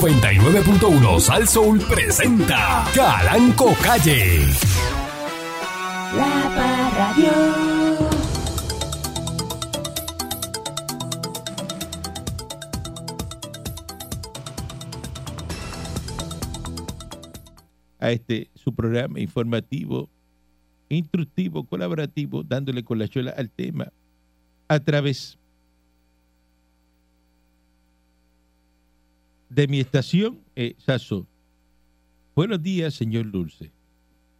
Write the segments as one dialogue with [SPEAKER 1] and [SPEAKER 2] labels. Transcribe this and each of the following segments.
[SPEAKER 1] 99.1 Sal Soul presenta Calanco Calle.
[SPEAKER 2] La Parradio.
[SPEAKER 3] a este su programa informativo, instructivo, colaborativo, dándole con la chola al tema a través de mi estación, eh, Sasso. Buenos días, señor Dulce.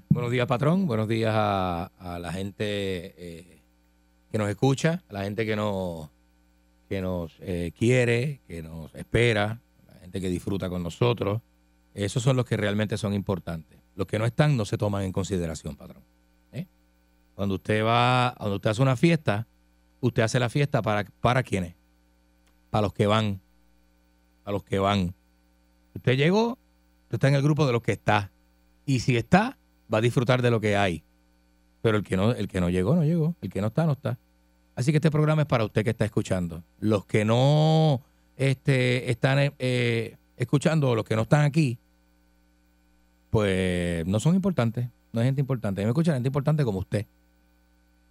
[SPEAKER 4] Buenos días, patrón. Buenos días a, a la gente eh, que nos escucha, a la gente que nos, que nos eh, quiere, que nos espera, a la gente que disfruta con nosotros. Esos son los que realmente son importantes. Los que no están no se toman en consideración, patrón. ¿Eh? Cuando usted va, cuando usted hace una fiesta, usted hace la fiesta para, para quiénes? Para los que van. Para los que van. Usted llegó, usted está en el grupo de los que está. Y si está, va a disfrutar de lo que hay. Pero el que no, el que no llegó, no llegó. El que no está, no está. Así que este programa es para usted que está escuchando. Los que no este, están eh, escuchando o los que no están aquí, pues no son importantes. No es gente importante. A mí me escucha gente importante como usted.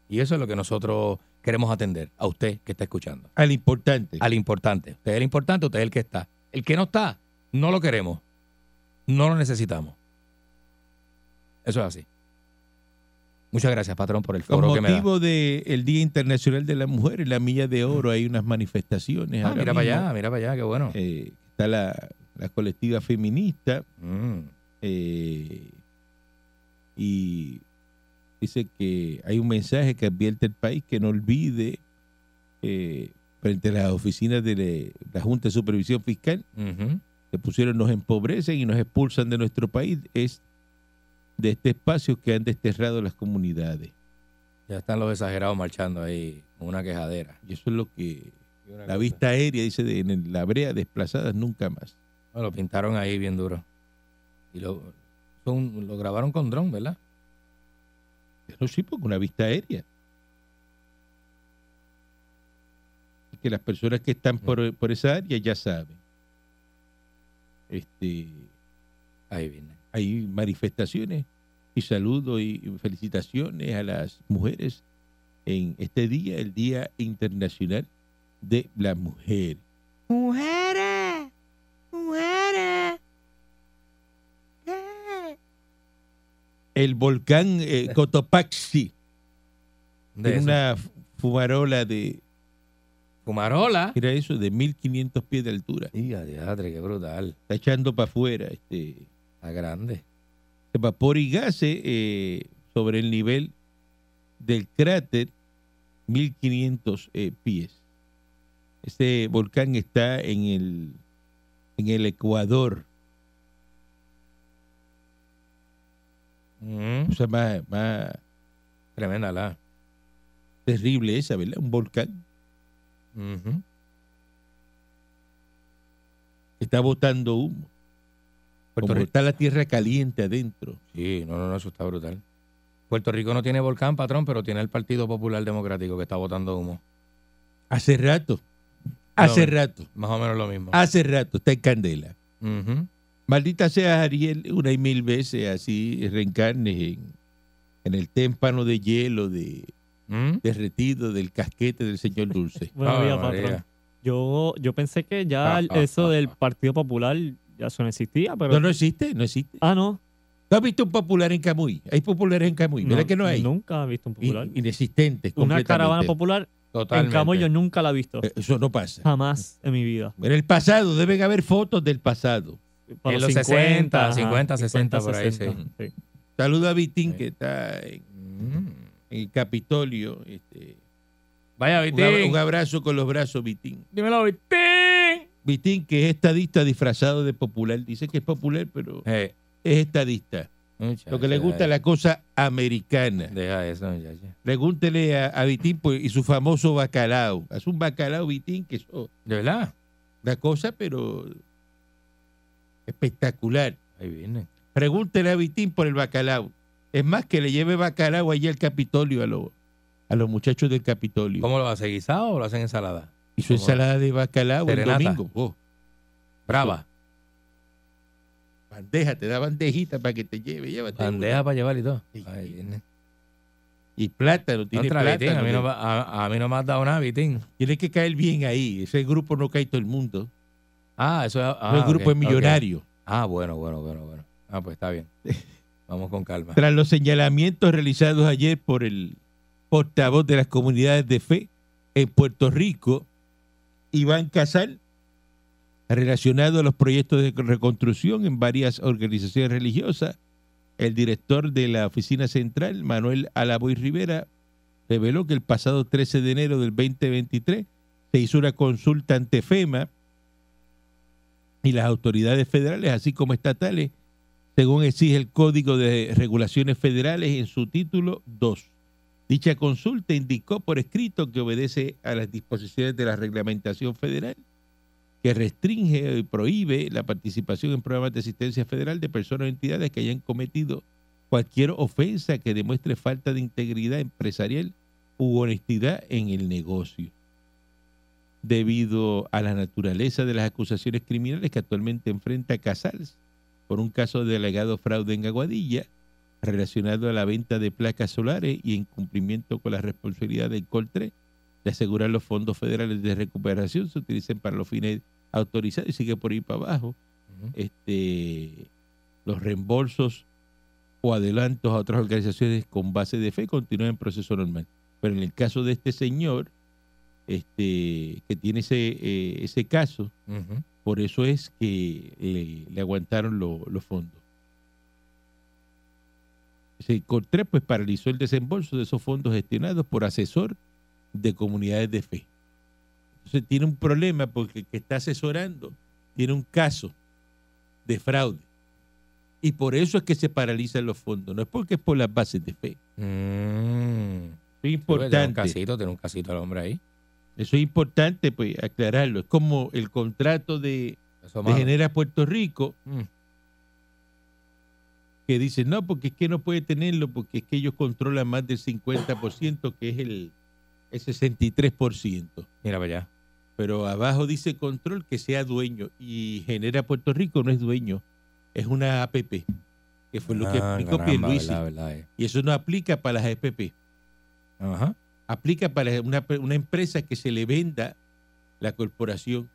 [SPEAKER 4] Y eso es lo que nosotros queremos atender a usted que está escuchando.
[SPEAKER 3] Al importante.
[SPEAKER 4] Al importante. Usted es el importante, usted es el que está. El que no está, no lo queremos. No lo necesitamos. Eso es así. Muchas gracias, patrón, por el
[SPEAKER 3] Con
[SPEAKER 4] foro que me da.
[SPEAKER 3] motivo del Día Internacional de la Mujer en la Milla de Oro hay unas manifestaciones.
[SPEAKER 4] Ah,
[SPEAKER 3] ahora
[SPEAKER 4] mira para
[SPEAKER 3] mismo.
[SPEAKER 4] allá, mira para allá, qué bueno.
[SPEAKER 3] Eh, está la, la colectiva feminista
[SPEAKER 4] Mm.
[SPEAKER 3] eh, y dice que hay un mensaje que advierte al país que no olvide eh, frente a las oficinas de le- la Junta de Supervisión Fiscal
[SPEAKER 4] Ujú.
[SPEAKER 3] que pusieron nos empobrecen y nos expulsan de nuestro país es de este espacio que han desterrado las comunidades.
[SPEAKER 4] Ya están los exagerados marchando ahí con una quejadera.
[SPEAKER 3] Y eso es lo que la vista aérea dice de, en la brea desplazadas nunca más.
[SPEAKER 4] No, lo pintaron ahí bien duro. Y lo, son- lo grabaron con dron, ¿verdad?
[SPEAKER 3] Pero sí, porque una vista aérea. Y Que las personas que están
[SPEAKER 4] Mm.
[SPEAKER 3] por, por esa área ya saben. Este,
[SPEAKER 4] Ahí viene.
[SPEAKER 3] hay manifestaciones y saludos y felicitaciones a las mujeres en este día, el Día Internacional de la Mujer.
[SPEAKER 2] Mujeres. Mujeres. Eh.
[SPEAKER 3] El volcán eh, Cotopaxi
[SPEAKER 4] De
[SPEAKER 3] tiene
[SPEAKER 4] eso.
[SPEAKER 3] una f- fumarola de,
[SPEAKER 4] Fumarola.
[SPEAKER 3] mira eso, de 1500 pies de altura.
[SPEAKER 4] Y a diadre, qué brutal.
[SPEAKER 3] Está echando para afuera este,
[SPEAKER 4] Está grande.
[SPEAKER 3] de vapor y gases eh, sobre el nivel del cráter 1500 eh, pies. Este volcán está en el, en el Ecuador,
[SPEAKER 4] Mm,
[SPEAKER 3] o sea, más, más
[SPEAKER 4] Tremenda la.
[SPEAKER 3] terrible esa, ¿verdad? Un volcán
[SPEAKER 4] Ujú.
[SPEAKER 3] que está botando humo.
[SPEAKER 4] Puerto
[SPEAKER 3] Como
[SPEAKER 4] Rico.
[SPEAKER 3] está la tierra caliente adentro.
[SPEAKER 4] Sí, no, no, no, eso está brutal. Puerto Rico no tiene volcán, patrón, pero tiene el Partido Popular Democrático que está botando humo.
[SPEAKER 3] Hace rato, hace
[SPEAKER 4] No.
[SPEAKER 3] rato,
[SPEAKER 4] Más o menos lo mismo.
[SPEAKER 3] hace rato, está en candela.
[SPEAKER 4] Ujú.
[SPEAKER 3] Maldita sea Ariel una y mil veces así reencarnes en, en el témpano de hielo de,
[SPEAKER 4] Mm.
[SPEAKER 3] derretido del casquete del señor Dulce.
[SPEAKER 5] Buenos
[SPEAKER 4] Ave
[SPEAKER 5] días,
[SPEAKER 4] María.
[SPEAKER 5] patrón. Yo, yo pensé que ya el- eso del Partido Popular ya eso no existía, pero.
[SPEAKER 3] No, no existe, no existe.
[SPEAKER 5] Ah, no.
[SPEAKER 3] ¿Tú has visto un popular en Camuy? Hay populares en Camuy, ¿verdad que no hay?
[SPEAKER 5] Nunca he visto un popular.
[SPEAKER 3] In- inexistentes.
[SPEAKER 5] Una caravana
[SPEAKER 3] completamente.
[SPEAKER 5] popular en
[SPEAKER 4] Totalmente.
[SPEAKER 5] Camo yo nunca la he visto.
[SPEAKER 3] Eh, Eso no pasa.
[SPEAKER 5] Jamás en mi vida.
[SPEAKER 3] En el pasado, deben haber fotos del pasado.
[SPEAKER 5] Para
[SPEAKER 4] En los 60, 50, 60, por ahí,
[SPEAKER 5] 60, sí.
[SPEAKER 3] Saludo a Vitín
[SPEAKER 4] Sí.
[SPEAKER 3] que está en,
[SPEAKER 4] Mm.
[SPEAKER 3] en el Capitolio. este,
[SPEAKER 4] Vaya,
[SPEAKER 3] un, ab-
[SPEAKER 4] Vitín.
[SPEAKER 3] un abrazo con los brazos, Vitín.
[SPEAKER 4] Dímelo, Vitín.
[SPEAKER 3] Vitín, que es estadista disfrazado de popular. Dice que es popular, pero
[SPEAKER 4] Eh,
[SPEAKER 3] es estadista. Lo que le gusta es la cosa americana.
[SPEAKER 4] Deja eso, muchacha.
[SPEAKER 3] Pregúntele a, a Vitín pues, y su famoso bacalao. Hace un bacalao, Vitín, que es oh,
[SPEAKER 4] ¿De verdad?
[SPEAKER 3] una cosa, pero espectacular.
[SPEAKER 4] Ahí viene.
[SPEAKER 3] Pregúntele a Vitín por el bacalao. Es más, que le lleve bacalao allí al Capitolio, a, los a los muchachos del Capitolio.
[SPEAKER 4] ¿Cómo lo hace? ¿Guisado o lo hacen ensalada?
[SPEAKER 3] Y su
[SPEAKER 4] cómo?
[SPEAKER 3] ensalada de bacalao
[SPEAKER 4] Serenata.
[SPEAKER 3] el domingo. oh,
[SPEAKER 4] Brava.
[SPEAKER 3] Bandeja, te da bandejita para que te lleve, llévate.
[SPEAKER 4] Bandeja para llevar y todo.
[SPEAKER 3] Sí.
[SPEAKER 4] Ay, tiene-
[SPEAKER 3] Y plátano, tiene
[SPEAKER 4] Contra,
[SPEAKER 3] plátano.
[SPEAKER 4] Vitín, a, mí no, va- a, a mí no me has dado nada, Vitín.
[SPEAKER 3] Tiene que caer bien ahí. Ese grupo no cae todo el mundo.
[SPEAKER 4] Ah, eso es. ah,
[SPEAKER 3] Ese grupo
[SPEAKER 4] ok,
[SPEAKER 3] es
[SPEAKER 4] ok.
[SPEAKER 3] millonario.
[SPEAKER 4] Ah, bueno, bueno, bueno, bueno. Ah, pues está bien. Vamos con calma.
[SPEAKER 3] Tras los señalamientos realizados ayer por el portavoz de las comunidades de fe en Puerto Rico, Iván Casal, relacionado a los proyectos de reconstrucción en varias organizaciones religiosas, el director de la oficina central, Manuel Alaboy Rivera, reveló que el pasado 13 de enero del 2023 se hizo una consulta ante FEMA y las autoridades federales, así como estatales, según exige el Código de Regulaciones Federales en su título 2. Dicha consulta indicó por escrito que obedece a las disposiciones de la reglamentación federal que restringe y prohíbe la participación en programas de asistencia federal de personas o entidades que hayan cometido cualquier ofensa que demuestre falta de integridad empresarial u honestidad en el negocio. Debido a la naturaleza de las acusaciones criminales que actualmente enfrenta Casals, por un caso de alegado fraude en Aguadilla relacionado a la venta de placas solares y en cumplimiento con la responsabilidad del COLTRE de asegurar los fondos federales de recuperación se utilicen para los fines autorizados y sigue por ahí para abajo
[SPEAKER 4] Ujú.
[SPEAKER 3] este, los reembolsos o adelantos a otras organizaciones con base de fe continúan en proceso normal. Pero en el caso de este señor este, que tiene ese, eh, ese caso,
[SPEAKER 4] Ujú.
[SPEAKER 3] por eso es que le, le aguantaron lo- los fondos. Sí, Cortés pues paralizó el desembolso de esos fondos gestionados por asesor de comunidades de fe. Entonces tiene un problema porque el que está asesorando tiene un caso de fraude. Y por eso es que se paralizan los fondos. No es porque es por las bases de fe. Eso
[SPEAKER 4] Mm.
[SPEAKER 3] es
[SPEAKER 4] Tiene un
[SPEAKER 3] importante.
[SPEAKER 4] casito, tiene un casito el hombre ahí.
[SPEAKER 3] Eso es importante pues aclararlo. Es como el contrato de,
[SPEAKER 4] Eso
[SPEAKER 3] de
[SPEAKER 4] malo.
[SPEAKER 3] Genera Puerto Rico
[SPEAKER 4] Mm.
[SPEAKER 3] que dicen, no, porque es que no puede tenerlo, porque es que ellos controlan más del 50%, que es el, el 63%.
[SPEAKER 4] Mira para allá.
[SPEAKER 3] Pero abajo dice control que sea dueño y genera Puerto Rico, no es dueño, es una APP, que fue Pues lo que
[SPEAKER 4] Ah,
[SPEAKER 3] explicó
[SPEAKER 4] caramba,
[SPEAKER 3] Pierluisi.
[SPEAKER 4] verdad, verdad, eh.
[SPEAKER 3] Y eso no aplica para las APP,
[SPEAKER 4] Ajá.
[SPEAKER 3] aplica para una, una empresa que se le venda la corporación.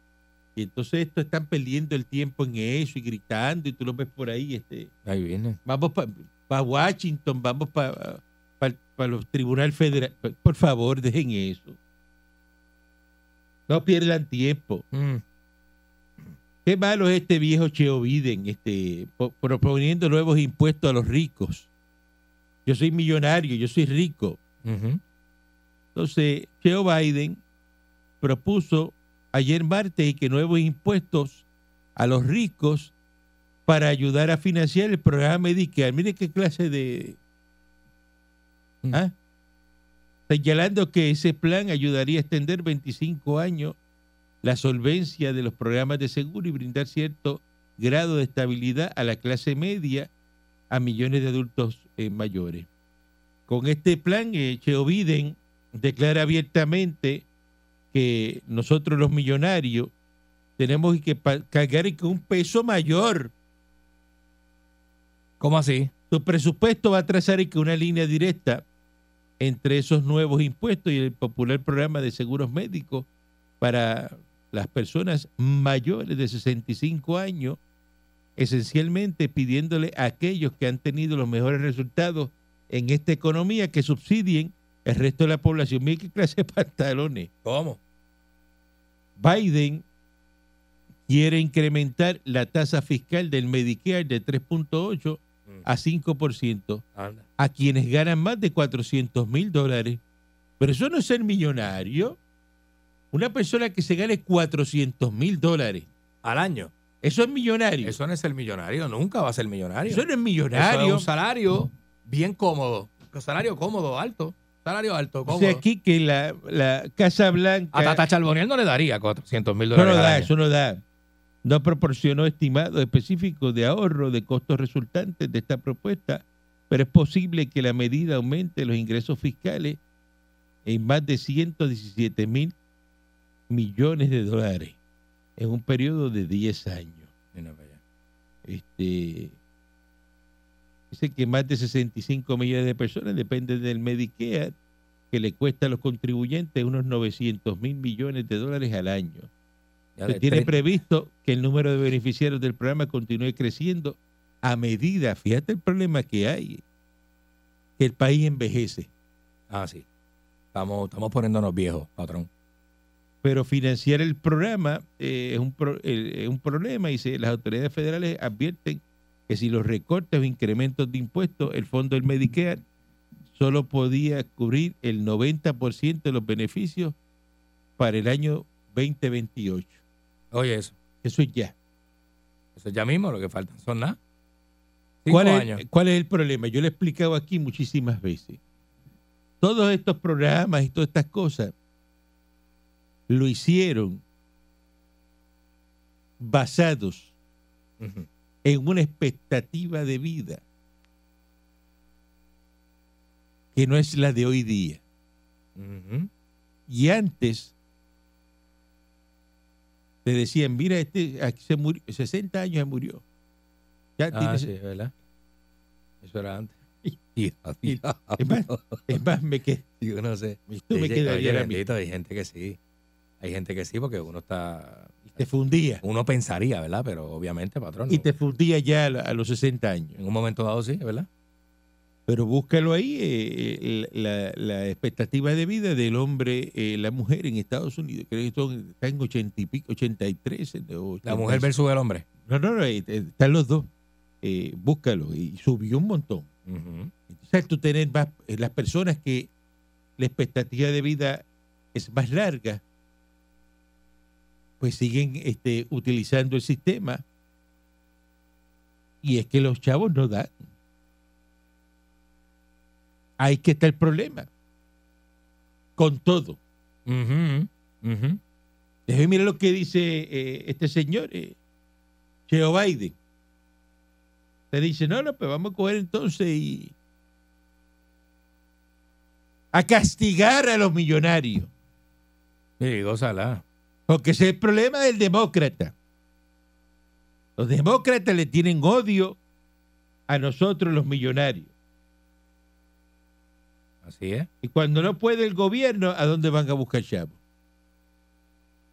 [SPEAKER 3] Y entonces esto están perdiendo el tiempo en eso y gritando y tú lo ves por ahí, este,
[SPEAKER 4] Ahí viene.
[SPEAKER 3] vamos para Washington, vamos para los tribunales federales. Por favor, dejen eso. No pierdan tiempo.
[SPEAKER 4] Mm.
[SPEAKER 3] Qué malo es este viejo Cheo Biden, este, po- proponiendo nuevos impuestos a los ricos. Yo soy millonario, yo soy rico.
[SPEAKER 4] Ujú.
[SPEAKER 3] Entonces, Joe Biden propuso ayer martes y que nuevos impuestos a los ricos para ayudar a financiar el programa Medicare. Mire qué clase de... ¿Ah? Señalando que ese plan ayudaría a extender 25 años la solvencia de los programas de seguro y brindar cierto grado de estabilidad a la clase media, a millones de adultos eh, mayores. Con este plan, eh, Joe Biden declara abiertamente que nosotros los millonarios tenemos que pa- cargar con un peso mayor.
[SPEAKER 4] ¿Cómo así?
[SPEAKER 3] Tu presupuesto va a trazar y que una línea directa entre esos nuevos impuestos y el popular programa de seguros médicos para las personas mayores de 65 años, esencialmente pidiéndole a aquellos que han tenido los mejores resultados en esta economía que subsidien el resto de la población. Mira qué clase de pantalones.
[SPEAKER 4] ¿Cómo?
[SPEAKER 3] Biden quiere incrementar la tasa fiscal del Medicare de 3.8
[SPEAKER 4] Mm.
[SPEAKER 3] a 5%
[SPEAKER 4] Anda.
[SPEAKER 3] a quienes ganan más de 400 mil dólares. Pero eso no es ser millonario. Una persona que se gane 400 mil dólares,
[SPEAKER 4] Al año.
[SPEAKER 3] eso es millonario. Eso,
[SPEAKER 4] Eso no es el millonario. Nunca va a ser millonario.
[SPEAKER 3] no es
[SPEAKER 4] Eso es
[SPEAKER 3] millonario.
[SPEAKER 4] un salario bien cómodo. Un salario cómodo, alto. Salario alto,
[SPEAKER 3] o
[SPEAKER 4] cómodo.
[SPEAKER 3] sea, aquí Pues que la, la Casa Blanca...
[SPEAKER 4] A Tata Charboniel no le daría 400 mil
[SPEAKER 3] No
[SPEAKER 4] dólares.
[SPEAKER 3] lo
[SPEAKER 4] al
[SPEAKER 3] da,
[SPEAKER 4] año.
[SPEAKER 3] eso no da. No proporcionó estimado específico de ahorro de costos resultantes de esta propuesta, pero es posible que la medida aumente los ingresos fiscales en más de 117 mil millones de dólares en un periodo de 10 años.
[SPEAKER 4] Mira para allá.
[SPEAKER 3] Este, dice que más de 65 millones de personas dependen del Medicare, que le cuesta a los contribuyentes unos 900 mil millones de dólares al año.
[SPEAKER 4] Ya
[SPEAKER 3] Se
[SPEAKER 4] de
[SPEAKER 3] Pues tiene
[SPEAKER 4] 30.
[SPEAKER 3] previsto que el número de beneficiarios del programa continúe creciendo a medida, fíjate el problema que hay, que el país envejece,
[SPEAKER 4] Ah, sí. Estamos, estamos poniéndonos viejos, patrón.
[SPEAKER 3] pero financiar el programa eh, es, un pro- el- es un problema y se- las autoridades federales advierten que si los recortes o incrementos de impuestos, el fondo del Medicare solo podía cubrir el 90% de los beneficios para el año 2028.
[SPEAKER 4] Oye, eso.
[SPEAKER 3] Eso es ya.
[SPEAKER 4] Eso es ya mismo, lo que faltan son nada. Cinco
[SPEAKER 3] ¿Cuál
[SPEAKER 4] años.
[SPEAKER 3] es, ¿Cuál es el problema? Yo lo he explicado aquí muchísimas veces. Todos estos programas y todas estas cosas lo hicieron basados Eh,
[SPEAKER 4] Ujú.
[SPEAKER 3] en una expectativa de vida que no es la de hoy día.
[SPEAKER 4] Ujú.
[SPEAKER 3] Y antes te decían, mira, este aquí se murió, 60 años se murió. Ya
[SPEAKER 4] Ah,
[SPEAKER 3] tiene-
[SPEAKER 4] sí, ¿verdad? Eso era antes. Ah,
[SPEAKER 3] y- es, más, es más, me quedé.
[SPEAKER 4] Yo no sé.
[SPEAKER 3] Tú me
[SPEAKER 4] Oye,
[SPEAKER 3] quedas
[SPEAKER 4] oye,
[SPEAKER 3] ayer a mí.
[SPEAKER 4] bendito, hay gente que sí. Hay gente que sí, porque uno está.
[SPEAKER 3] te fundía.
[SPEAKER 4] Uno pensaría, ¿verdad? Pero obviamente, patrón.
[SPEAKER 3] Y
[SPEAKER 4] no.
[SPEAKER 3] te fundía ya a, la- a los 60 años.
[SPEAKER 4] En un momento dado sí, ¿verdad?
[SPEAKER 3] Pero búscalo ahí, eh, eh, la, la expectativa de vida del hombre, eh, la mujer en Estados Unidos, creo que son- está en 80 y pico, 83. eh, o
[SPEAKER 4] La mujer versus el hombre.
[SPEAKER 3] No, no, no, eh, eh, están los dos. Eh, búscalo. Y subió un montón.
[SPEAKER 4] Ujú.
[SPEAKER 3] O sea, tú tenés más, eh, las personas que la expectativa de vida es más larga, pues siguen este, utilizando el sistema. Y es que los chavos no dan. Ahí que está el problema. Con todo.
[SPEAKER 4] Ujú. Ujú.
[SPEAKER 3] Déjeme mirar lo que dice eh, este señor, eh, Joe Biden. Te dice, no, no, pues vamos a coger entonces y a castigar a los millonarios.
[SPEAKER 4] Sí, gózala.
[SPEAKER 3] Porque ese es el problema del demócrata. Los demócratas le tienen odio a nosotros los millonarios.
[SPEAKER 4] Así es.
[SPEAKER 3] Y cuando no puede el gobierno, ¿a dónde van a buscar chavos?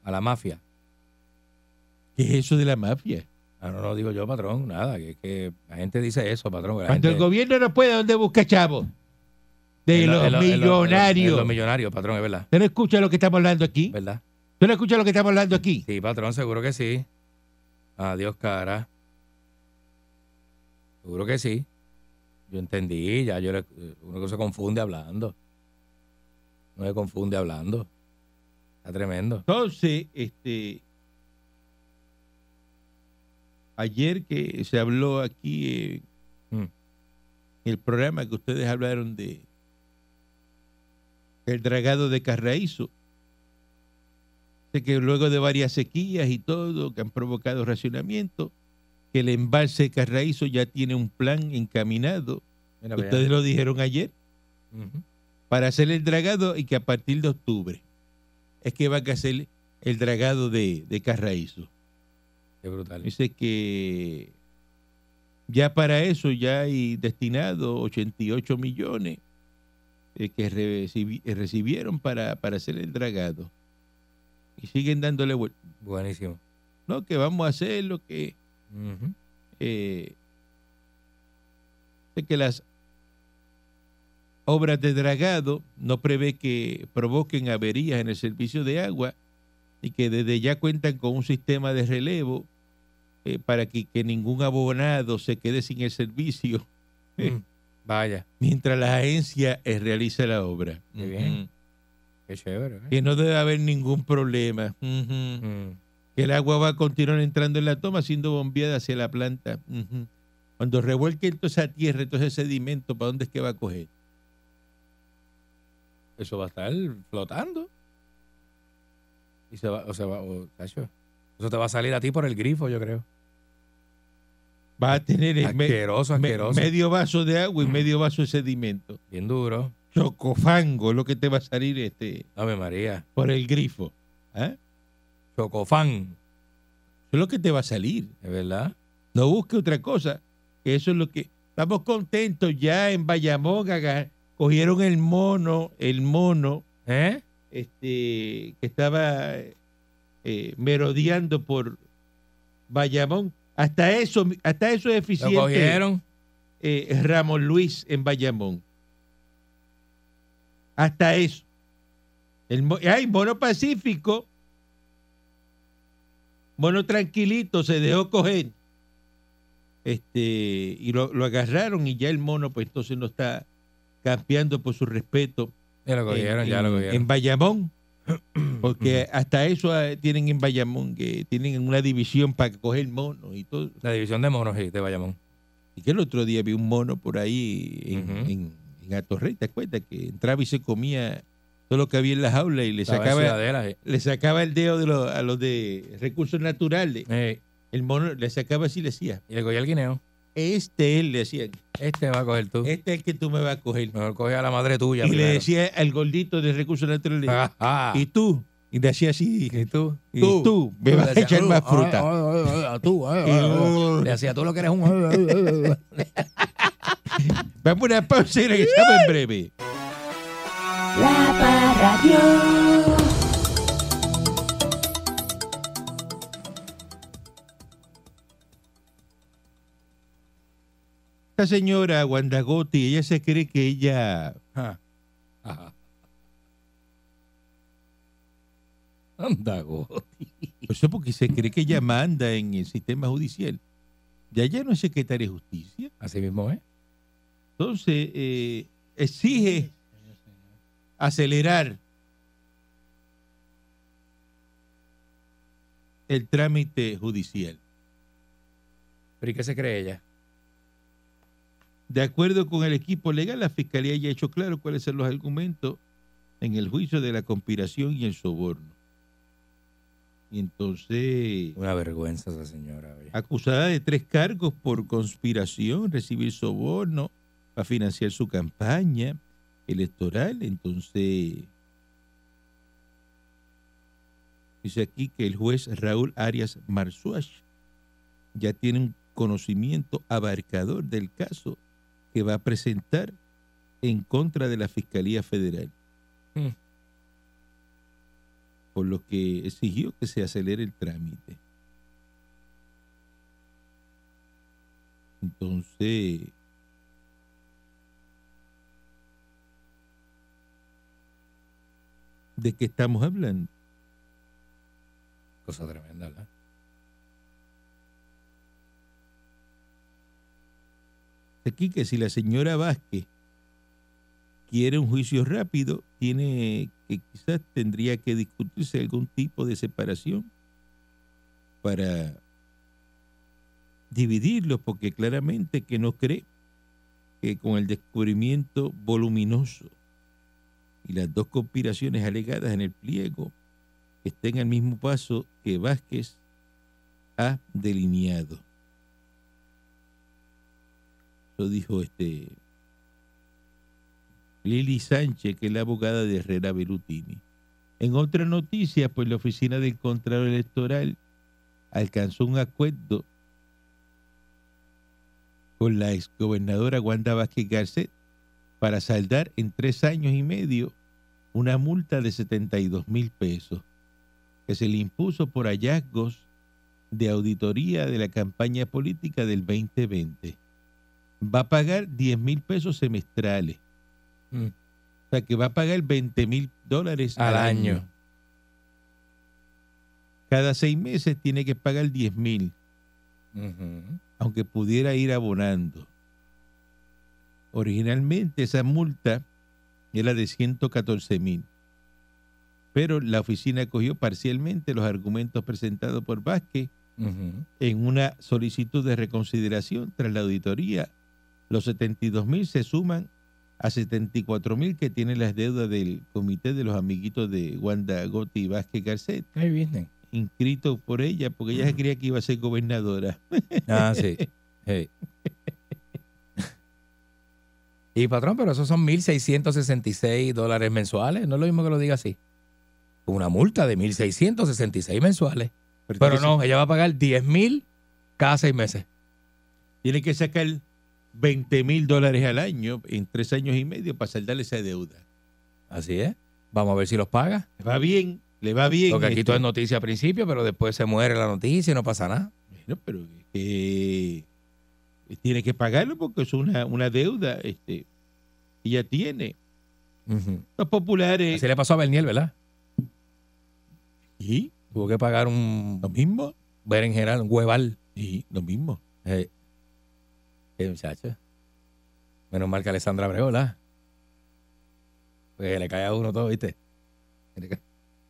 [SPEAKER 4] A la mafia.
[SPEAKER 3] ¿Qué es eso de la mafia?
[SPEAKER 4] Ah, no lo digo yo, patrón, nada. Que, que la gente dice eso, patrón. que la
[SPEAKER 3] Cuando el
[SPEAKER 4] gente-
[SPEAKER 3] gobierno no puede, ¿a dónde busca chavos? De
[SPEAKER 4] en lo-
[SPEAKER 3] los
[SPEAKER 4] en lo- en lo- en lo-
[SPEAKER 3] millonarios.
[SPEAKER 4] en los millonarios, patrón, es verdad.
[SPEAKER 3] ¿Usted no escucha lo que estamos hablando aquí?
[SPEAKER 4] ¿Verdad?
[SPEAKER 3] ¿Usted no escucha lo que estamos hablando aquí?
[SPEAKER 4] Sí, patrón, seguro que sí. Adiós, cara. Seguro que sí. Yo entendí, ya yo le- uno que se confunde hablando. No se confunde hablando. Está tremendo.
[SPEAKER 3] Entonces, este, ayer que se habló aquí eh,
[SPEAKER 4] Mm.
[SPEAKER 3] el programa que ustedes hablaron de el dragado de Carraízo, de que luego de varias sequías y todo que han provocado racionamiento, que el embalse de Carraízo ya tiene un plan encaminado.
[SPEAKER 4] Mira, vea.
[SPEAKER 3] ustedes lo dijeron ayer.
[SPEAKER 4] Ujú.
[SPEAKER 3] para hacer el dragado y que a partir de octubre es que van a hacer el dragado de, de Carraízo.
[SPEAKER 4] Qué brutal.
[SPEAKER 3] Dice que ya para eso ya hay destinado 88 millones eh, que recibi- eh, recibieron para, para hacer el dragado. Y siguen dándole vuelta.
[SPEAKER 4] Buenísimo.
[SPEAKER 3] No, que vamos a hacer lo que...
[SPEAKER 4] Ujú.
[SPEAKER 3] eh, de que las obras de dragado no prevé que provoquen averías en el servicio de agua y que desde ya cuentan con un sistema de relevo eh, para que, que ningún abonado se quede sin el servicio Sí.
[SPEAKER 4] Mm. Vaya,
[SPEAKER 3] mientras la agencia eh, realiza la obra.
[SPEAKER 4] Muy bien. qué chévere. ¿eh?
[SPEAKER 3] Que no debe haber ningún problema. Ujú.
[SPEAKER 4] Mm.
[SPEAKER 3] que el agua va a continuar entrando en la toma siendo bombeada hacia la planta. Ujú. Cuando revuelque entonces esa tierra, entonces ese sedimento, ¿para dónde es que va a coger?
[SPEAKER 4] Eso va a estar flotando. Y se va, o se va, o, tacho, Eso te va a salir a ti por el grifo, yo creo.
[SPEAKER 3] Va a tener eh, me-
[SPEAKER 4] Asqueroso,
[SPEAKER 3] me-
[SPEAKER 4] asqueroso.
[SPEAKER 3] medio vaso de agua y medio vaso de sedimento.
[SPEAKER 4] Bien duro.
[SPEAKER 3] Chocofango es lo que te va a salir este
[SPEAKER 4] Ave María.
[SPEAKER 3] por el grifo. ¿ah?
[SPEAKER 4] Chocofán,
[SPEAKER 3] Eso es lo que te va a salir.
[SPEAKER 4] ¿es verdad?
[SPEAKER 3] No busque otra cosa. que Eso es lo que. Estamos contentos ya en Bayamón. aga- Cogieron el mono, el mono
[SPEAKER 4] ¿Eh?
[SPEAKER 3] este, que estaba eh, merodeando por Bayamón. Hasta eso, hasta eso es
[SPEAKER 4] Lo
[SPEAKER 3] eficiente
[SPEAKER 4] cogieron.
[SPEAKER 3] eh, Ramón Luis en Bayamón. Hasta eso. El, mo- ay, mono pacífico. Mono tranquilito, se dejó coger. Este, y lo, lo agarraron y ya el mono, pues entonces no está campeando por su respeto
[SPEAKER 4] Ya lo cogieron,
[SPEAKER 3] en,
[SPEAKER 4] ya lo
[SPEAKER 3] en-
[SPEAKER 4] cogieron.
[SPEAKER 3] en Bayamón. Porque hasta eso eh, tienen en Bayamón, que tienen una división para coger monos y todo.
[SPEAKER 4] La división de monos sí, de Bayamón.
[SPEAKER 3] Y que el otro día vi un mono por ahí en,
[SPEAKER 4] Ujú.
[SPEAKER 3] en, en Atorrey, ¿te acuerdas? Que entraba y se comía todo lo que había en la jaula y le
[SPEAKER 4] Estaba en
[SPEAKER 3] sacaba,
[SPEAKER 4] Ciudadela, sí.
[SPEAKER 3] le sacaba el dedo de los, a los de recursos naturales.
[SPEAKER 4] Eh,
[SPEAKER 3] El mono le sacaba así y le decía,
[SPEAKER 4] y le cogí el guineo.
[SPEAKER 3] este él, le decía,
[SPEAKER 4] Este va a coger tú.
[SPEAKER 3] este es el que tú me vas a coger.
[SPEAKER 4] Mejor coge a la madre tuya.
[SPEAKER 3] y le
[SPEAKER 4] primero.
[SPEAKER 3] decía al gordito de recursos naturales,
[SPEAKER 4] Ah, ah.
[SPEAKER 3] y tú, y le hacía así,
[SPEAKER 4] ¿Y tú?
[SPEAKER 3] y tú, me vas a
[SPEAKER 4] decías,
[SPEAKER 3] echar
[SPEAKER 4] "Tú,
[SPEAKER 3] más
[SPEAKER 4] ah,
[SPEAKER 3] fruta.
[SPEAKER 4] ah, ah, ah, tú, ah,
[SPEAKER 3] Y- uh,
[SPEAKER 4] ah, ah". Le hacía tú lo que eres un.
[SPEAKER 3] Vamos a una pausa y regresamos en breve.
[SPEAKER 2] La Parradio.
[SPEAKER 3] Esta señora, Wandagotti, ella se cree que ella
[SPEAKER 4] Ah. Ajá. Anda, Goti.
[SPEAKER 3] Por eso porque se cree que ella manda en el sistema judicial. Ya ella no es secretaria de justicia.
[SPEAKER 4] Así mismo, ¿eh?
[SPEAKER 3] Entonces, eh, exige acelerar el trámite judicial.
[SPEAKER 4] ¿Pero y qué se cree ella?
[SPEAKER 3] De acuerdo con el equipo legal, la Fiscalía ya ha hecho claro cuáles son los argumentos en el juicio de la conspiración y el soborno. Y entonces...
[SPEAKER 4] Una vergüenza esa señora. oye.
[SPEAKER 3] acusada de tres cargos por conspiración, recibir soborno para financiar su campaña electoral. Entonces, dice aquí que el juez Raúl Arias Marzuach ya tiene un conocimiento abarcador del caso que va a presentar en contra de la Fiscalía Federal.
[SPEAKER 4] Mm.
[SPEAKER 3] Por lo que exigió que se acelere el trámite. Entonces, ¿de qué estamos hablando?
[SPEAKER 4] Cosa tremenda, ¿verdad?
[SPEAKER 3] Aquí que si la señora Vázquez quiere un juicio rápido, tiene que quizás tendría que discutirse algún tipo de separación para dividirlos, porque claramente que no cree que con el descubrimiento voluminoso y las dos conspiraciones alegadas en el pliego estén al mismo paso que Vázquez ha delineado. Eso dijo este Lili Sánchez, que es la abogada de Herrera Berutini. En otra noticia, pues la oficina del Contralor Electoral alcanzó un acuerdo con la exgobernadora Wanda Vázquez Garcet para saldar en tres años y medio una multa de 72 mil pesos que se le impuso por hallazgos de auditoría de la campaña política del 2020 va a pagar 10 mil pesos semestrales.
[SPEAKER 4] Mm.
[SPEAKER 3] O sea, que va a pagar 20 mil dólares
[SPEAKER 4] Al año.
[SPEAKER 3] Cada seis meses tiene que pagar 10 mil,
[SPEAKER 4] Ujú.
[SPEAKER 3] aunque pudiera ir abonando. Originalmente esa multa era de 114 mil, pero la oficina acogió parcialmente los argumentos presentados por Vázquez
[SPEAKER 4] Ujú.
[SPEAKER 3] en una solicitud de reconsideración tras la auditoría. Los 72 mil se suman a 74 mil que tienen las deudas del Comité de los Amiguitos de Wanda Gotti Vázquez Garcet,
[SPEAKER 4] Ahí vienen.
[SPEAKER 3] inscrito por ella, porque ella se creía que iba a ser gobernadora.
[SPEAKER 4] Ah, sí. Sí. Y patrón, pero esos son 1.666 dólares mensuales. No es lo mismo que lo diga así. Una multa de 1.666 mensuales. Pero no, ella va a pagar 10.000 cada seis meses.
[SPEAKER 3] tiene que sacar 20 mil dólares al año en tres años y medio para saldar esa deuda.
[SPEAKER 4] Así es. Vamos a ver si los paga.
[SPEAKER 3] Le va bien, le va bien.
[SPEAKER 4] Porque aquí
[SPEAKER 3] este.
[SPEAKER 4] todo es noticia al principio, pero después se muere la noticia y no pasa nada.
[SPEAKER 3] Bueno, pero eh, tiene que pagarlo porque es una, una deuda este, que ya tiene.
[SPEAKER 4] Ujú.
[SPEAKER 3] Los populares.
[SPEAKER 4] Así le pasó a Berniel, ¿verdad?
[SPEAKER 3] Sí,
[SPEAKER 4] Tuvo que pagar un
[SPEAKER 3] lo mismo.
[SPEAKER 4] berenjeral, un hueval.
[SPEAKER 3] Sí, lo mismo.
[SPEAKER 4] Eh, eh, muchacho. Menos mal que Alessandra Breola. Porque le cae a uno todo, ¿viste? Le cae-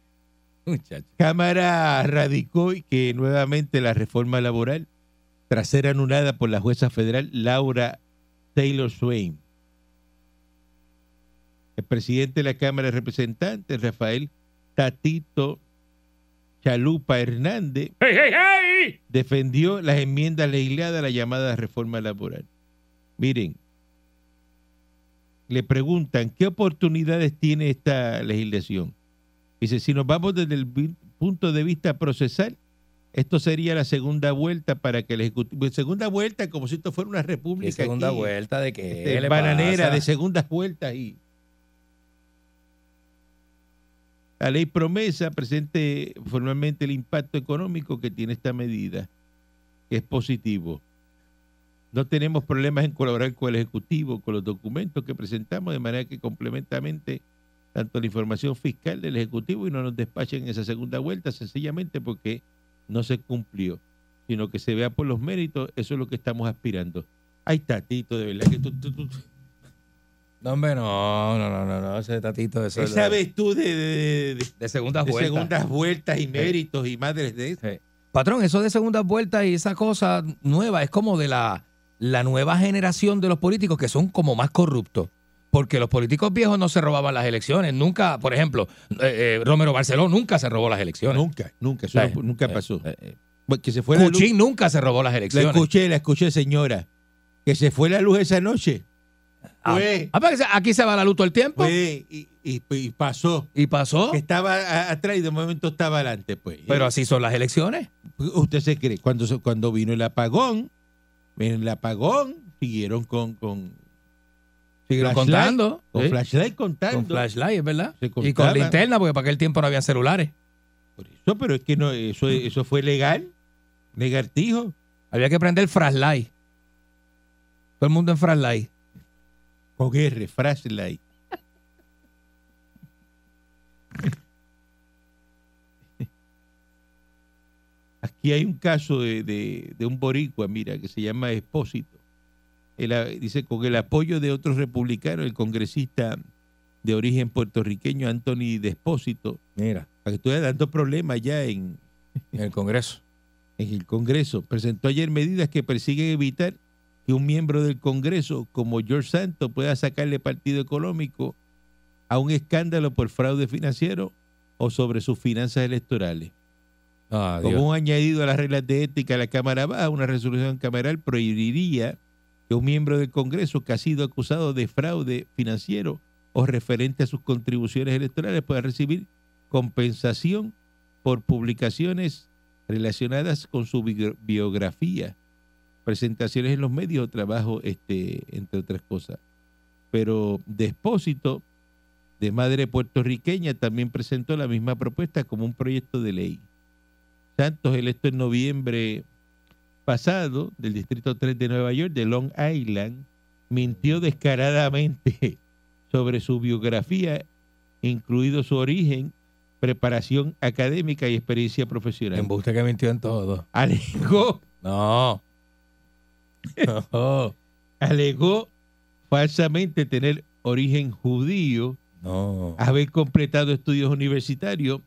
[SPEAKER 4] Muchacho.
[SPEAKER 3] Cámara radicó y que nuevamente la reforma laboral, tras ser anulada por la jueza federal Laura Taylor Swain. El presidente de la Cámara de Representantes, Rafael Tatito Chalupa Hernández, defendió las enmiendas legisladas a la llamada reforma laboral. Miren, le preguntan, ¿qué oportunidades tiene esta legislación? Dice, si nos vamos desde el vi- punto de vista procesal, esto sería la segunda vuelta para que el Ejecutivo... Segunda vuelta, como si esto fuera una república.
[SPEAKER 4] Y segunda
[SPEAKER 3] aquí,
[SPEAKER 4] vuelta de que
[SPEAKER 3] este,
[SPEAKER 4] le
[SPEAKER 3] bananera
[SPEAKER 4] pasa?
[SPEAKER 3] de segundas vueltas y... La ley promesa presente formalmente el impacto económico que tiene esta medida, que es positivo. No tenemos problemas en colaborar con el Ejecutivo, con los documentos que presentamos, de manera que complementamente tanto la información fiscal del Ejecutivo y no nos despachen en esa segunda vuelta sencillamente porque no se cumplió, sino que se vea por los méritos, eso es lo que estamos aspirando. Ay, Tatito, de verdad que tú... tú- tú-
[SPEAKER 4] No, hombre, no, no, no, no, no, ese tatito eso
[SPEAKER 3] ¿Qué
[SPEAKER 4] es de
[SPEAKER 3] sabes tú de, de- de- de-
[SPEAKER 4] de segundas
[SPEAKER 3] de
[SPEAKER 4] vueltas.
[SPEAKER 3] segundas vueltas y méritos y madres de eso?
[SPEAKER 4] Sí. Patrón, eso de segundas vueltas y esa cosa nueva es como de la, la nueva generación de los políticos que son como más corruptos. Porque los políticos viejos no se robaban las elecciones. Nunca, por ejemplo, eh, eh, Romero Barceló nunca se robó las elecciones.
[SPEAKER 3] Nunca, nunca, eso
[SPEAKER 4] Eh,
[SPEAKER 3] no- nunca
[SPEAKER 4] eh,
[SPEAKER 3] pasó.
[SPEAKER 4] eh, eh.
[SPEAKER 3] Bueno, Que se fue la luz.
[SPEAKER 4] Cuchín nunca se robó las
[SPEAKER 3] La
[SPEAKER 4] elecciones.
[SPEAKER 3] escuché, la escuché, señora. Que se fue la luz esa noche.
[SPEAKER 4] Ah,
[SPEAKER 3] Fue,
[SPEAKER 4] ah, porque se- aquí se va la luz todo el tiempo.
[SPEAKER 3] fue y, y- y pasó.
[SPEAKER 4] Y pasó.
[SPEAKER 3] Que estaba a- atrás y de momento estaba adelante, pues.
[SPEAKER 4] Pero así son las elecciones.
[SPEAKER 3] usted se cree, cuando, se- cuando vino el apagón, en el apagón siguieron con. con
[SPEAKER 4] Siguieron
[SPEAKER 3] flashlight,
[SPEAKER 4] contando.
[SPEAKER 3] Con
[SPEAKER 4] ¿sí?
[SPEAKER 3] flashlight contando.
[SPEAKER 4] Con flashlight, es verdad.
[SPEAKER 3] Se
[SPEAKER 4] Y con
[SPEAKER 3] contaban.
[SPEAKER 4] linterna, porque para aquel tiempo no habían celulares.
[SPEAKER 3] Por eso, pero es que no, eso, eso fue legal. Negartijo.
[SPEAKER 4] Había que prender flashlight. Todo el mundo en flashlight.
[SPEAKER 3] Con R, flashlight. Aquí hay un caso de, de- de un boricua, mira, que se llama Espósito. El, ah, dice, con el apoyo de otros republicanos, el congresista de origen puertorriqueño Anthony Despósito,
[SPEAKER 4] Mira.
[SPEAKER 3] para que tú veas dando problemas ya en,
[SPEAKER 4] En el Congreso.
[SPEAKER 3] en el Congreso, presentó ayer medidas que persiguen evitar que un miembro del Congreso como George Santos pueda sacarle partido económico a un escándalo por fraude financiero o sobre sus finanzas electorales.
[SPEAKER 4] Ah,
[SPEAKER 3] Como un añadido a las reglas de ética de la Cámara Baja, una resolución cameral prohibiría que un miembro del Congreso que ha sido acusado de fraude financiero o referente a sus contribuciones electorales pueda recibir compensación por publicaciones relacionadas con su bigro- biografía, presentaciones en los medios o trabajo, este, entre otras cosas. Pero Despósito, de madre puertorriqueña, también presentó la misma propuesta como un proyecto de ley. Santos, electo en noviembre pasado del Distrito 3 de Nueva York, de Long Island, mintió descaradamente sobre su biografía, incluido su origen, preparación académica y experiencia profesional.
[SPEAKER 4] Embuste que mintió en todo.
[SPEAKER 3] Alegó,
[SPEAKER 4] No. No.
[SPEAKER 3] alegó falsamente tener origen judío,
[SPEAKER 4] No.
[SPEAKER 3] haber completado estudios universitarios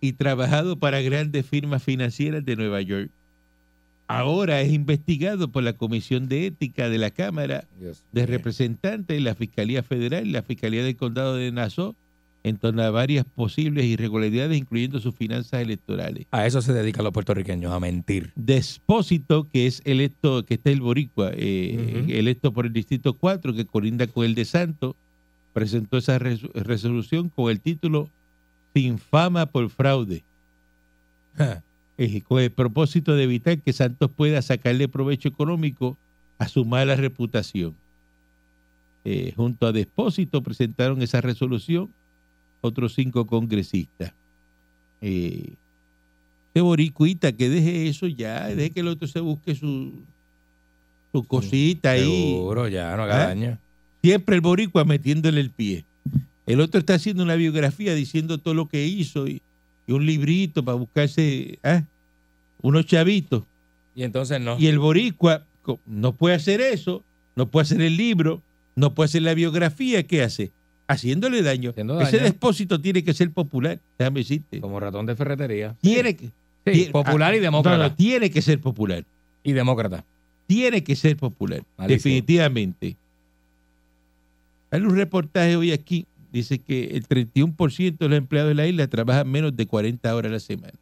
[SPEAKER 3] y trabajado para grandes firmas financieras de Nueva York. Ahora es investigado por la Comisión de Ética de la Cámara
[SPEAKER 4] Dios
[SPEAKER 3] de
[SPEAKER 4] mío.
[SPEAKER 3] Representantes, la Fiscalía Federal y la Fiscalía del Condado de Nassau en torno a varias posibles irregularidades, incluyendo sus finanzas electorales.
[SPEAKER 4] A eso se dedican los puertorriqueños, a mentir.
[SPEAKER 3] Despósito, que es electo, que está el boricua, eh,
[SPEAKER 4] Ujú.
[SPEAKER 3] electo por el Distrito 4, que colinda con el de Santo, presentó esa resu- resolución con el título Sin fama por fraude, eh, con el propósito de evitar que Santos pueda sacarle provecho económico a su mala reputación. Eh, junto a Despósito presentaron esa resolución otros cinco congresistas. Eh, de Boricuita, que deje eso ya, deje que el otro se busque su, su cosita ahí.
[SPEAKER 4] Seguro, ya, no haga
[SPEAKER 3] ¿Ah?
[SPEAKER 4] daño.
[SPEAKER 3] Siempre el boricua metiéndole el pie. El otro está haciendo una biografía diciendo todo lo que hizo y, y un librito para buscarse ¿ah? unos chavitos.
[SPEAKER 4] Y entonces no.
[SPEAKER 3] Y el boricua co- no puede hacer eso, no puede hacer el libro, no puede hacer la biografía. ¿Qué hace? Haciéndole daño.
[SPEAKER 4] Haciendo
[SPEAKER 3] Ese
[SPEAKER 4] daño.
[SPEAKER 3] depósito tiene que ser popular. Déjame decirte.
[SPEAKER 4] Como ratón de ferretería.
[SPEAKER 3] Tiene que,
[SPEAKER 4] Sí,
[SPEAKER 3] tiene-
[SPEAKER 4] popular
[SPEAKER 3] ah,
[SPEAKER 4] y demócrata.
[SPEAKER 3] no, no, tiene que ser popular.
[SPEAKER 4] Y demócrata.
[SPEAKER 3] Tiene que ser popular.
[SPEAKER 4] Malísimo.
[SPEAKER 3] Definitivamente. Hay un reportaje hoy aquí. Dice que el 31% de los empleados de la isla trabajan menos de 40 horas a la semana.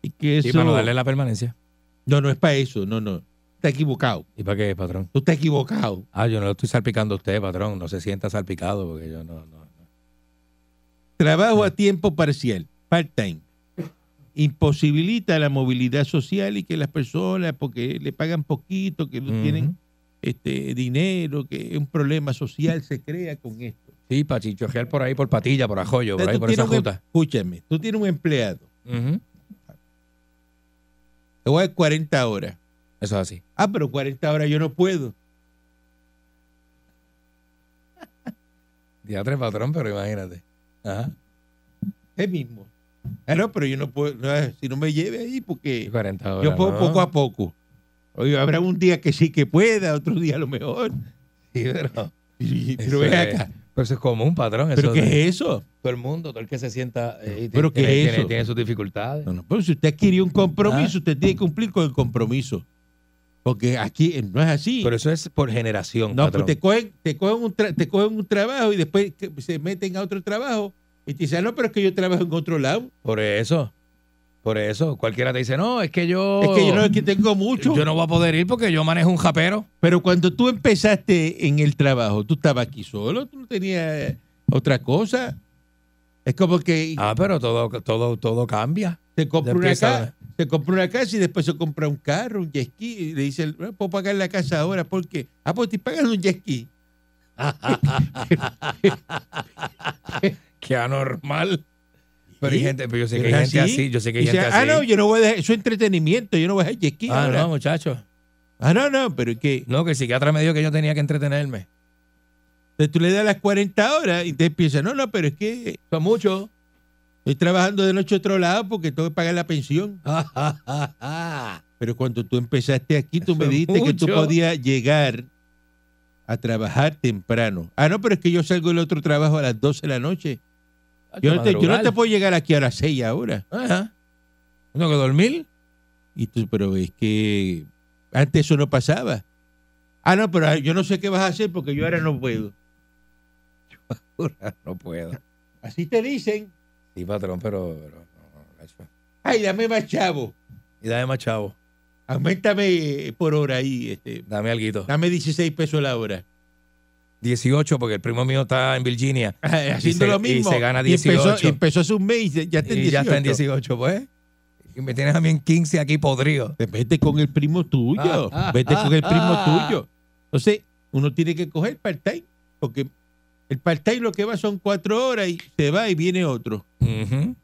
[SPEAKER 3] Y que eso.
[SPEAKER 4] Y para no darle la permanencia.
[SPEAKER 3] No, no es para eso. No, no. Está equivocado.
[SPEAKER 4] ¿Y para qué, patrón?
[SPEAKER 3] Tú estás equivocado.
[SPEAKER 4] Ah, yo no lo estoy salpicando a usted, patrón. No se sienta salpicado porque yo no. no, no.
[SPEAKER 3] Trabajo a tiempo parcial, part-time. Imposibilita la movilidad social y que las personas, porque le pagan poquito, que no
[SPEAKER 4] Ujú.
[SPEAKER 3] tienen este dinero, que un problema social se crea con esto.
[SPEAKER 4] Sí, para chichojear por ahí, por patilla, por ajoyo, por
[SPEAKER 3] Entonces,
[SPEAKER 4] ahí,
[SPEAKER 3] tú
[SPEAKER 4] por esa
[SPEAKER 3] tienes un em-
[SPEAKER 4] juta.
[SPEAKER 3] Escúchame, tú tienes un empleado,
[SPEAKER 4] Ujú.
[SPEAKER 3] te voy a dar 40 horas.
[SPEAKER 4] Eso es así.
[SPEAKER 3] Ah, pero 40 horas yo no puedo.
[SPEAKER 4] Diatre, patrón, pero imagínate. Ajá.
[SPEAKER 3] Es mismo. Ah, no, pero yo no puedo, no, si no me lleve ahí, porque...
[SPEAKER 4] Y 40 horas.
[SPEAKER 3] Yo puedo
[SPEAKER 4] ¿no?
[SPEAKER 3] poco a poco. Oye, habrá un día que sí que pueda, otro día a lo mejor.
[SPEAKER 4] Sí, pero.
[SPEAKER 3] Y-
[SPEAKER 4] eso
[SPEAKER 3] Pero ven
[SPEAKER 4] es-
[SPEAKER 3] acá.
[SPEAKER 4] Pero eso es común, patrón.
[SPEAKER 3] ¿Pero
[SPEAKER 4] eso
[SPEAKER 3] qué
[SPEAKER 4] de-
[SPEAKER 3] es eso?
[SPEAKER 4] Todo el mundo, todo el que se sienta. eh, y
[SPEAKER 3] ¿Pero qué
[SPEAKER 4] tiene,
[SPEAKER 3] es
[SPEAKER 4] tiene-
[SPEAKER 3] eso?
[SPEAKER 4] tiene sus dificultades.
[SPEAKER 3] No, no, pero pues, si usted adquirió un
[SPEAKER 4] Ah.
[SPEAKER 3] compromiso, usted tiene que cumplir con el compromiso. Porque aquí eh, no es así.
[SPEAKER 4] Pero eso es por generación,
[SPEAKER 3] no, pues
[SPEAKER 4] patrón.
[SPEAKER 3] te cogen, te, cogen un tra- te cogen un trabajo y después que- se meten a otro trabajo y te dicen, "Ah, no, pero es que yo trabajo en otro lado.
[SPEAKER 4] Por eso. Por eso. Cualquiera te dice, no, es que yo.
[SPEAKER 3] Es que yo no es que tengo mucho.
[SPEAKER 4] Oh. Yo no voy a poder ir porque yo manejo un japero.
[SPEAKER 3] Pero cuando tú empezaste en el trabajo, tú estabas aquí solo, tú no tenías otra cosa. Es como que
[SPEAKER 4] Ah, pero todo, todo, todo cambia.
[SPEAKER 3] Se compra,
[SPEAKER 4] Ya
[SPEAKER 3] una
[SPEAKER 4] empieza
[SPEAKER 3] casa, se compra una casa y después se compra un carro, un jet ski. Y le dice, no puedo pagar la casa ahora. ¿Por qué? Ah, pues te pagan un jet ski.
[SPEAKER 4] Qué anormal. Pero hay
[SPEAKER 3] Sí,
[SPEAKER 4] gente, pero yo sé que hay
[SPEAKER 3] ¿es
[SPEAKER 4] gente
[SPEAKER 3] así?
[SPEAKER 4] así, yo sé
[SPEAKER 3] Y
[SPEAKER 4] que hay
[SPEAKER 3] dice,
[SPEAKER 4] gente
[SPEAKER 3] ah,
[SPEAKER 4] así.
[SPEAKER 3] no, yo no voy a dejar, eso es entretenimiento, yo no voy a dejar jet ski.
[SPEAKER 4] ah,
[SPEAKER 3] ahora.
[SPEAKER 4] no, muchachos.
[SPEAKER 3] Ah, no, no, pero es que
[SPEAKER 4] No, que el psiquiatra me dijo que yo tenía que entretenerme.
[SPEAKER 3] entonces tú le das las 40 horas y te piensas, no, no, pero es que
[SPEAKER 4] Son muchos.
[SPEAKER 3] estoy trabajando de noche a otro lado porque tengo que pagar la pensión. Pero cuando tú empezaste aquí, tú
[SPEAKER 4] Eso
[SPEAKER 3] me
[SPEAKER 4] es
[SPEAKER 3] dijiste que tú
[SPEAKER 4] mucho.
[SPEAKER 3] podías llegar a trabajar temprano. Ah, no, pero es que yo salgo del otro trabajo a las 12 de la noche. Yo no, te, yo no te puedo llegar aquí a las 6 ahora.
[SPEAKER 4] Ah, Ajá. Tengo que dormir.
[SPEAKER 3] Y tú, pero es que antes eso no pasaba. Ah, no, pero yo no sé qué vas a hacer porque yo ahora no puedo.
[SPEAKER 4] No puedo.
[SPEAKER 3] Así te dicen.
[SPEAKER 4] Sí, patrón, pero. pero no, no, gacho.
[SPEAKER 3] Ay, dame más chavo.
[SPEAKER 4] y dame más chavo.
[SPEAKER 3] Aumentame eh, por hora ahí. Este.
[SPEAKER 4] Dame alguito.
[SPEAKER 3] Dame 16 pesos la hora.
[SPEAKER 4] 18, porque el primo mío está en Virginia.
[SPEAKER 3] Ah,
[SPEAKER 4] se-
[SPEAKER 3] Haciendo lo
[SPEAKER 4] y
[SPEAKER 3] mismo.
[SPEAKER 4] se gana
[SPEAKER 3] empezó,
[SPEAKER 4] 18.
[SPEAKER 3] empezó hace un mes y ya está en
[SPEAKER 4] Y
[SPEAKER 3] 18.
[SPEAKER 4] ya está en 18, pues. Y me tienes a mí en 15 aquí podrido.
[SPEAKER 3] Vete con el primo tuyo.
[SPEAKER 4] Ah, ah,
[SPEAKER 3] Vete con el
[SPEAKER 4] ah,
[SPEAKER 3] primo
[SPEAKER 4] ah.
[SPEAKER 3] tuyo. Entonces, uno tiene que coger part-time. Porque el part-time lo que va son cuatro horas y se va y viene otro.
[SPEAKER 4] Ujú.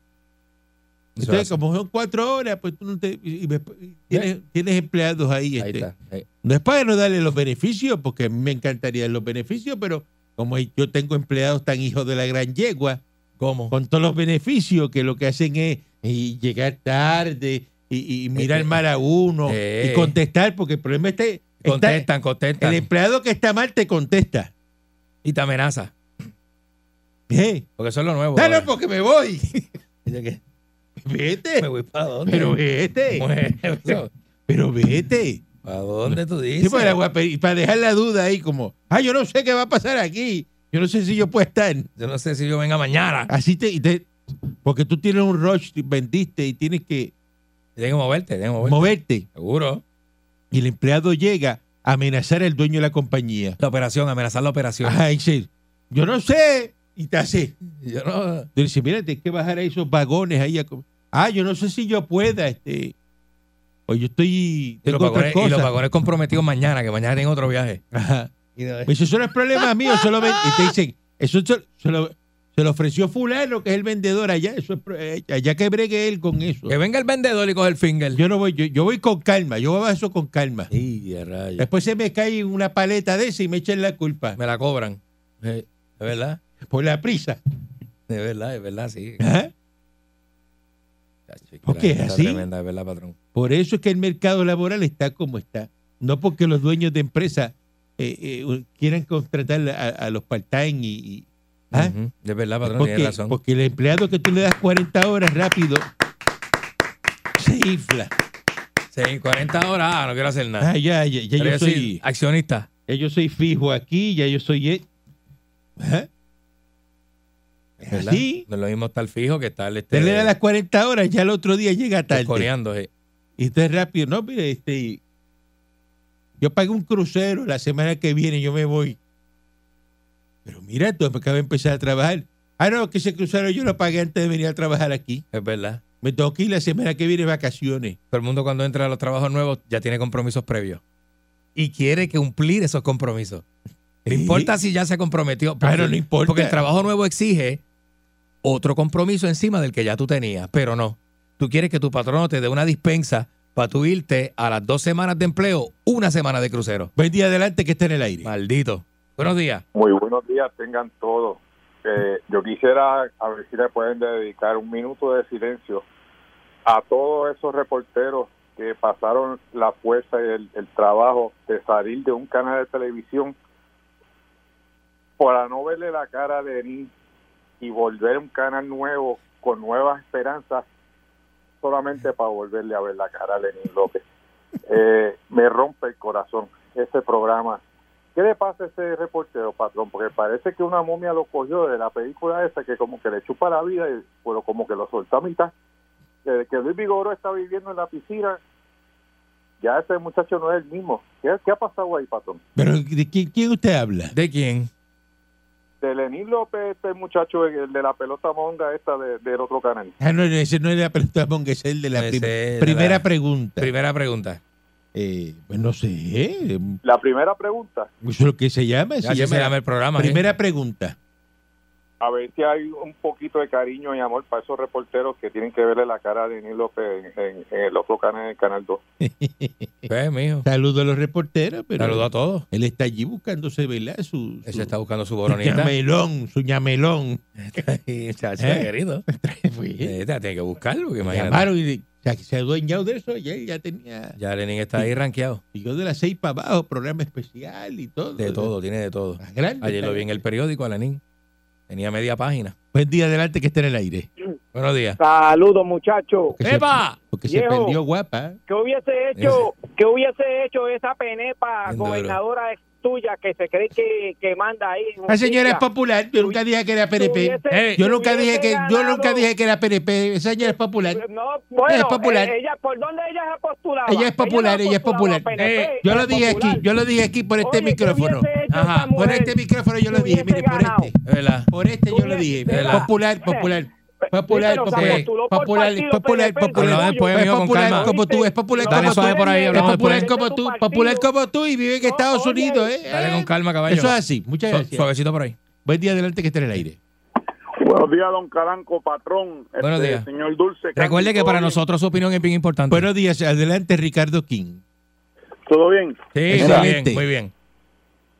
[SPEAKER 4] Eso
[SPEAKER 3] Entonces,
[SPEAKER 4] hace.
[SPEAKER 3] como son cuatro horas, pues tú no te, y- y después- y tienes, tienes empleados ahí.
[SPEAKER 4] Ahí
[SPEAKER 3] este.
[SPEAKER 4] está. Ahí.
[SPEAKER 3] No es para no darle los beneficios, porque a mí me encantaría los beneficios, pero como yo tengo empleados tan hijos de la gran yegua,
[SPEAKER 4] ¿Cómo?
[SPEAKER 3] con todos los beneficios que lo que hacen es y llegar tarde y, y mirar
[SPEAKER 4] Eh,
[SPEAKER 3] mal a uno
[SPEAKER 4] eh.
[SPEAKER 3] y contestar, porque el problema está, está-
[SPEAKER 4] Contestan,
[SPEAKER 3] el
[SPEAKER 4] contestan.
[SPEAKER 3] empleado que está mal te contesta.
[SPEAKER 4] Y te amenaza.
[SPEAKER 3] ¿Eh?
[SPEAKER 4] Porque eso es lo nuevo.
[SPEAKER 3] No, no,
[SPEAKER 4] ahora.
[SPEAKER 3] porque me voy.
[SPEAKER 4] Dice que, Me
[SPEAKER 3] Vete,
[SPEAKER 4] voy para dónde.
[SPEAKER 3] pues. pero vete,
[SPEAKER 4] Bueno,
[SPEAKER 3] pero vete.
[SPEAKER 4] ¿Para dónde tú dices?
[SPEAKER 3] Sí, pues, para, para dejar la duda ahí como, ah, yo no sé qué va a pasar aquí, yo no sé si yo puedo estar.
[SPEAKER 4] Yo no sé si yo venga mañana.
[SPEAKER 3] Así te, y te- porque tú tienes un rush, te vendiste y tienes que
[SPEAKER 4] Tengo que moverte, tengo que moverte.
[SPEAKER 3] moverte.
[SPEAKER 4] Seguro.
[SPEAKER 3] Y el empleado llega a amenazar al dueño de la compañía.
[SPEAKER 4] La operación, amenazar la operación.
[SPEAKER 3] Ajá, y dice, yo no sé. Y te hace.
[SPEAKER 4] Yo no.
[SPEAKER 3] Tú dices, mira, tienes que bajar a esos vagones ahí. a com- ah, yo no sé si yo pueda. este Pues yo estoy.
[SPEAKER 4] Y los,
[SPEAKER 3] Tengo otras
[SPEAKER 4] vagones, y los
[SPEAKER 3] cosas.
[SPEAKER 4] vagones comprometidos mañana, que mañana tienen otro viaje.
[SPEAKER 3] Ajá. Me dice, eso no es problema mío, solo ven- Y te dicen, eso se, se lo, se lo ofreció fulano, que es el vendedor allá. Eso es pro- eh, allá que bregue él con eso.
[SPEAKER 4] Que venga el vendedor y coge el finger.
[SPEAKER 3] Yo no voy, yo, yo voy con calma, yo voy a eso con calma.
[SPEAKER 4] Y a rayos.
[SPEAKER 3] Después se me cae una paleta de esa y me echan la culpa.
[SPEAKER 4] Me la cobran. De verdad,
[SPEAKER 3] Por la prisa. ¿ah?
[SPEAKER 4] de verdad, de verdad, sí.
[SPEAKER 3] Ajá. ¿Por qué es
[SPEAKER 4] Está
[SPEAKER 3] así?
[SPEAKER 4] Tremenda, de verdad, patrón.
[SPEAKER 3] Por eso es que el mercado laboral está como está. No porque los dueños de empresas eh, eh, quieran contratar a, a los part-time y. y- ¿ah?
[SPEAKER 4] Ujú. De verdad, patrón,
[SPEAKER 3] porque,
[SPEAKER 4] tienes razón.
[SPEAKER 3] porque el empleado que tú le das 40 horas rápido se infla.
[SPEAKER 4] Sí, 40 horas, ah, no quiero hacer nada.
[SPEAKER 3] Ah, ya, ya, ya
[SPEAKER 4] Pero
[SPEAKER 3] yo
[SPEAKER 4] yo
[SPEAKER 3] soy,
[SPEAKER 4] accionista.
[SPEAKER 3] ya yo soy fijo aquí, ya yo soy. e- Ajá. Es
[SPEAKER 4] ¿verdad?
[SPEAKER 3] así.
[SPEAKER 4] No es lo mismo estar fijo que estar este,
[SPEAKER 3] Usted le da las 40 horas, ya el otro día llega tarde.
[SPEAKER 4] coreando. sí.
[SPEAKER 3] Y usted es rápido. No, mire, este. Yo pagué un crucero la semana que viene, yo me voy. Pero mira, tú me acabo de empezar a trabajar. Ah, no, que ese crucero yo lo pagué antes de venir a trabajar aquí.
[SPEAKER 4] Es verdad.
[SPEAKER 3] Me tengo que ir la semana que viene de vacaciones.
[SPEAKER 4] Todo el mundo cuando entra a los trabajos nuevos ya tiene compromisos previos. Y quiere que cumplir esos compromisos. No
[SPEAKER 3] Sí.
[SPEAKER 4] importa si ya se comprometió. porque-
[SPEAKER 3] Claro, no importa.
[SPEAKER 4] Porque el trabajo nuevo exige otro compromiso encima del que ya tú tenías. Pero no. Tú quieres que tu patrono te dé una dispensa para tú irte a las dos semanas de empleo, una semana de crucero.
[SPEAKER 3] Buen día adelante que está en el aire.
[SPEAKER 4] Maldito. Buenos días.
[SPEAKER 6] Muy buenos días, tengan todos. Eh, yo quisiera, a ver si le pueden dedicar un minuto de silencio a todos esos reporteros que pasaron la fuerza y el, el trabajo de salir de un canal de televisión para no verle la cara de Denis y volver a un canal nuevo con nuevas esperanzas solamente para volverle a ver la cara a Lenín López. Eh, me rompe el corazón ese programa ¿Qué le pasa a ese reportero, patrón? Porque parece que una momia lo cogió de la película esa que como que le chupa la vida y bueno, como que lo soltó a mitad. Desde que Luis Vigoró está viviendo en la piscina, ya ese muchacho no es el mismo. ¿Qué, qué ha pasado ahí, patrón?
[SPEAKER 3] Pero ¿de quién, quién usted habla?
[SPEAKER 4] ¿De quién?
[SPEAKER 6] De Lenín López, este muchacho, el de la pelota monga esta de- del otro canal.
[SPEAKER 3] Ah, no, ese no es la pregunta, Monga, ese es el de la
[SPEAKER 4] Ese
[SPEAKER 3] prim-
[SPEAKER 4] es de
[SPEAKER 3] primera
[SPEAKER 4] la-
[SPEAKER 3] pregunta.
[SPEAKER 4] Primera pregunta.
[SPEAKER 3] Eh, pues no sé, eh,
[SPEAKER 6] La primera pregunta,
[SPEAKER 3] eso es lo que se llama.
[SPEAKER 4] Ya
[SPEAKER 3] se
[SPEAKER 4] se
[SPEAKER 3] llama
[SPEAKER 4] llama el programa. ¿eh?
[SPEAKER 3] primera pregunta.
[SPEAKER 6] a ver si hay un poquito de cariño y amor para esos reporteros que tienen que verle la cara a Lenín López en, en- en el otro canal, el canal 2.
[SPEAKER 4] Pues, mijo.
[SPEAKER 3] Saludo a los reporteros, pero
[SPEAKER 4] Saludo a todos.
[SPEAKER 3] él está allí buscándose, ¿verdad? Su,
[SPEAKER 4] Ese
[SPEAKER 3] su-
[SPEAKER 4] está buscando su
[SPEAKER 3] su
[SPEAKER 4] boronita.
[SPEAKER 3] ñamelón, su ñamelón.
[SPEAKER 4] Y, chacho,
[SPEAKER 3] ¿Eh?
[SPEAKER 4] querido.
[SPEAKER 3] Fue-
[SPEAKER 4] Eh, te la tiene que buscarlo, porque imagínate.
[SPEAKER 3] Llamaron y de- o sea, que se ha adueñado de eso, ya, ya tenía,
[SPEAKER 4] Ya Lenin está ahí rankeado.
[SPEAKER 3] yo de las seis para abajo, programa especial y todo.
[SPEAKER 4] De todo, tiene de todo.
[SPEAKER 3] Más grande.
[SPEAKER 4] Ayer lo vi en el periódico a Lenin. Tenía media página.
[SPEAKER 3] Buen día adelante que esté en el aire.
[SPEAKER 4] Buenos días.
[SPEAKER 7] Saludos, muchachos.
[SPEAKER 3] Porque se-
[SPEAKER 4] ¡Epa!
[SPEAKER 3] porque se
[SPEAKER 7] Viejo.
[SPEAKER 3] perdió guapa.
[SPEAKER 7] ¿Qué hubiese hecho, que hubiese hecho esa penepa
[SPEAKER 4] Bien duro.
[SPEAKER 7] gobernadora tuya que se cree que, que manda ahí?
[SPEAKER 3] La Ah, señora es popular, yo nunca dije que era PNP.
[SPEAKER 7] Hubiese-
[SPEAKER 4] Eh.
[SPEAKER 3] Yo nunca dije que yo
[SPEAKER 7] hubiese
[SPEAKER 3] nunca
[SPEAKER 7] ganado-
[SPEAKER 3] dije que era PNP, esa señora es popular.
[SPEAKER 7] No, bueno,
[SPEAKER 3] Es popular.
[SPEAKER 7] eh, Ella, ¿por dónde ella se postulaba?
[SPEAKER 3] Ella es popular,
[SPEAKER 7] no
[SPEAKER 3] ella es
[SPEAKER 7] postulaba
[SPEAKER 3] popular.
[SPEAKER 7] a PNP,
[SPEAKER 4] Eh,
[SPEAKER 3] Yo
[SPEAKER 7] era
[SPEAKER 3] lo dije aquí,
[SPEAKER 7] popular.
[SPEAKER 3] yo lo dije aquí por este
[SPEAKER 7] Oye, ¿qué
[SPEAKER 3] micrófono.
[SPEAKER 7] hubiese hecho
[SPEAKER 4] Ajá,
[SPEAKER 7] esa
[SPEAKER 3] Por
[SPEAKER 7] mujer?
[SPEAKER 3] este micrófono yo lo dije, mire, por
[SPEAKER 7] Hubiese
[SPEAKER 3] este.
[SPEAKER 4] Es verdad.
[SPEAKER 3] Por este yo lo dije.
[SPEAKER 4] Hubiese-
[SPEAKER 3] Popular, popular. Popular,
[SPEAKER 7] Pero se
[SPEAKER 3] popular,
[SPEAKER 7] postuló por
[SPEAKER 3] popular,
[SPEAKER 7] partido
[SPEAKER 3] popular,
[SPEAKER 7] PNP,
[SPEAKER 3] popular.
[SPEAKER 4] Hablamos después,
[SPEAKER 3] Es
[SPEAKER 4] amigo, con
[SPEAKER 3] popular
[SPEAKER 4] calma.
[SPEAKER 3] como tú, es popular
[SPEAKER 7] Dale
[SPEAKER 3] como tú.
[SPEAKER 4] suave por ahí,
[SPEAKER 3] Es
[SPEAKER 4] hablamos
[SPEAKER 3] popular
[SPEAKER 7] después.
[SPEAKER 3] como tú, popular como tú y vive en
[SPEAKER 7] No,
[SPEAKER 3] Estados
[SPEAKER 7] oye,
[SPEAKER 3] Unidos, ¿eh?
[SPEAKER 4] Dale con calma, caballo.
[SPEAKER 3] Eso es así, muchas
[SPEAKER 4] Su-
[SPEAKER 3] gracias.
[SPEAKER 4] Suavecito por ahí.
[SPEAKER 3] Buen día adelante que esté en el aire.
[SPEAKER 6] Buenos días, don Caranco, patrón. este,
[SPEAKER 4] Buenos días.
[SPEAKER 6] Señor Dulce.
[SPEAKER 4] Recuerde que para
[SPEAKER 6] nosotros
[SPEAKER 4] nosotros su opinión es bien importante.
[SPEAKER 3] Buenos días, adelante Ricardo King.
[SPEAKER 6] ¿Todo bien?
[SPEAKER 4] sí, muy bien,
[SPEAKER 3] excelente.
[SPEAKER 4] muy bien.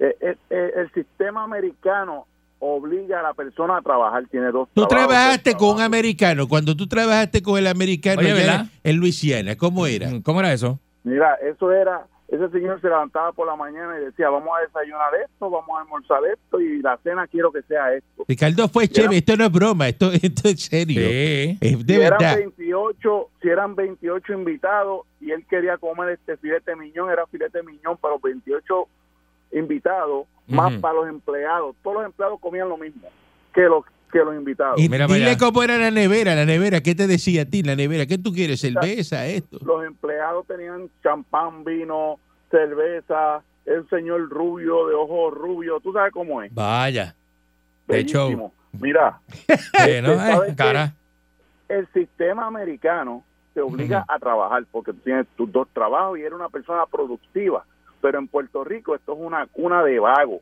[SPEAKER 6] Eh, eh, eh, el sistema americano obliga a la persona a trabajar. Tiene dos
[SPEAKER 3] Tú
[SPEAKER 6] trabajos,
[SPEAKER 3] trabajaste
[SPEAKER 6] dos
[SPEAKER 3] con un
[SPEAKER 6] trabajos.
[SPEAKER 3] americano. Cuando tú trabajaste con el americano
[SPEAKER 4] Oye,
[SPEAKER 3] allá
[SPEAKER 4] ¿verdad?
[SPEAKER 3] en Luisiana, ¿cómo era?
[SPEAKER 4] ¿Cómo era eso?
[SPEAKER 6] Mira, eso era... Ese señor se levantaba por la mañana y decía, vamos a desayunar esto, vamos a almorzar esto y la cena quiero que sea esto.
[SPEAKER 3] Ricardo fue chévere. Esto no es broma, esto, esto es serio.
[SPEAKER 4] Sí.
[SPEAKER 3] Es de
[SPEAKER 6] si, eran
[SPEAKER 3] verdad.
[SPEAKER 6] 28, si eran 28 invitados y él quería comer este filete miñón, era filete miñón para los 28 invitados, más
[SPEAKER 4] Ujú.
[SPEAKER 6] para los empleados. Todos los empleados comían lo mismo que los, que los invitados.
[SPEAKER 3] Y
[SPEAKER 4] Mira para
[SPEAKER 3] dile
[SPEAKER 4] allá.
[SPEAKER 3] cómo era la nevera, la nevera. ¿Qué te decía a ti la nevera? ¿Qué tú quieres? ¿Cerveza? Esto.
[SPEAKER 6] los empleados tenían champán, vino, cerveza, el señor rubio de ojos rubios, tú sabes cómo es.
[SPEAKER 4] Vaya. De hecho-
[SPEAKER 6] Bellísimo. mira,
[SPEAKER 4] Eh, no, eh,
[SPEAKER 6] ¿Sabes qué?
[SPEAKER 4] cara.
[SPEAKER 6] el sistema americano te obliga a trabajar porque tienes tus dos trabajos y eres una persona productiva. Pero en Puerto Rico esto es una cuna de vagos.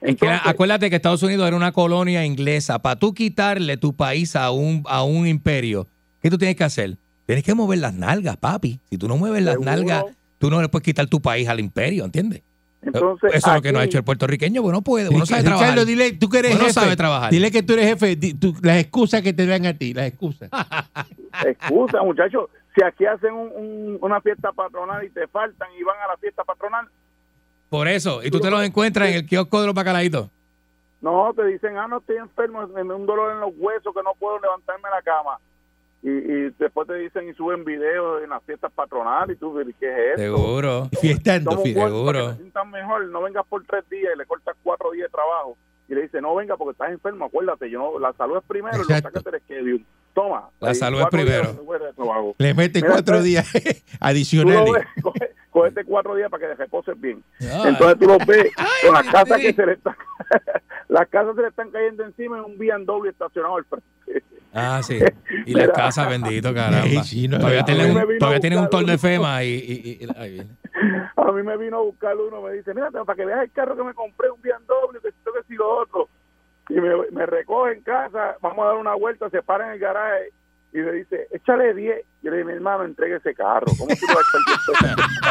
[SPEAKER 4] Es que era-
[SPEAKER 6] Entonces-
[SPEAKER 4] acuérdate que Estados Unidos era una colonia inglesa. Para tú quitarle tu país a un, a un imperio, ¿qué tú tienes que hacer? Tienes que mover las nalgas, papi. Si tú no mueves las
[SPEAKER 6] Seguro.
[SPEAKER 4] nalgas, tú no le puedes quitar tu país al imperio, ¿entiendes?
[SPEAKER 6] Entonces,
[SPEAKER 4] Eso es lo que no ha
[SPEAKER 6] aquí-
[SPEAKER 4] hecho el puertorriqueño, porque no puede, uno sabe
[SPEAKER 3] Ricardo,
[SPEAKER 4] trabajar.
[SPEAKER 3] dile, tú que eres
[SPEAKER 4] Uno
[SPEAKER 3] jefe.
[SPEAKER 4] sabe trabajar.
[SPEAKER 3] Dile que tú eres jefe. Di- tú- las excusas que te dan a ti, las excusas.
[SPEAKER 4] Ah.
[SPEAKER 6] Excusa, muchachos. Si aquí hacen un- un- una fiesta patronal y te faltan y van a la fiesta patronal,
[SPEAKER 4] Por eso, y tú te los encuentras en el kiosco de los bacalaitos.
[SPEAKER 6] no, te dicen, ah, no, estoy enfermo, me da un dolor en los huesos que no puedo levantarme de la cama. Y, y después te dicen y suben videos en las fiestas patronales y tú, ¿qué es esto?
[SPEAKER 4] Seguro.
[SPEAKER 3] Fiestando,
[SPEAKER 6] Toma un
[SPEAKER 3] fiestando.
[SPEAKER 6] cuarto para que
[SPEAKER 4] seguro.
[SPEAKER 6] te sientas mejor, no vengas por tres días y le cortas cuatro días de trabajo. Y le dice, no venga porque estás enfermo, acuérdate, yo no, la salud es primero, y lo
[SPEAKER 3] Exacto.
[SPEAKER 6] sacas del schedule. Toma.
[SPEAKER 4] La
[SPEAKER 6] ahí,
[SPEAKER 4] salud es
[SPEAKER 6] cuatro días
[SPEAKER 4] primero.
[SPEAKER 6] de trabajo.
[SPEAKER 3] Le mete
[SPEAKER 6] Mira,
[SPEAKER 3] cuatro
[SPEAKER 6] pues,
[SPEAKER 3] días
[SPEAKER 6] Tú lo
[SPEAKER 3] adicionales.
[SPEAKER 6] ves, coge- cógete cuatro días para que te reposes bien.
[SPEAKER 4] Ah,
[SPEAKER 6] Entonces tú los ves con las casas
[SPEAKER 4] sí.
[SPEAKER 6] que se le están, las casas se le están cayendo encima en un BMW estacionado al frente.
[SPEAKER 4] Ah, sí. Y las casas, bendito, caramba.
[SPEAKER 3] Sí, sí, no,
[SPEAKER 4] todavía
[SPEAKER 3] no,
[SPEAKER 4] tienen
[SPEAKER 6] no.
[SPEAKER 4] un, todavía tienen un torno de FEMA y... y- y- y- ahí viene.
[SPEAKER 6] A mí me vino a buscar uno, me dice, mira, para que veas el carro que me compré, un BMW, que esto que si lo otro. Y me, me recoge en casa, vamos a dar una vuelta, se para en el garaje y le dice, échale 10. Yo le dije, mi hermano, entregue ese carro. ¿Cómo tú le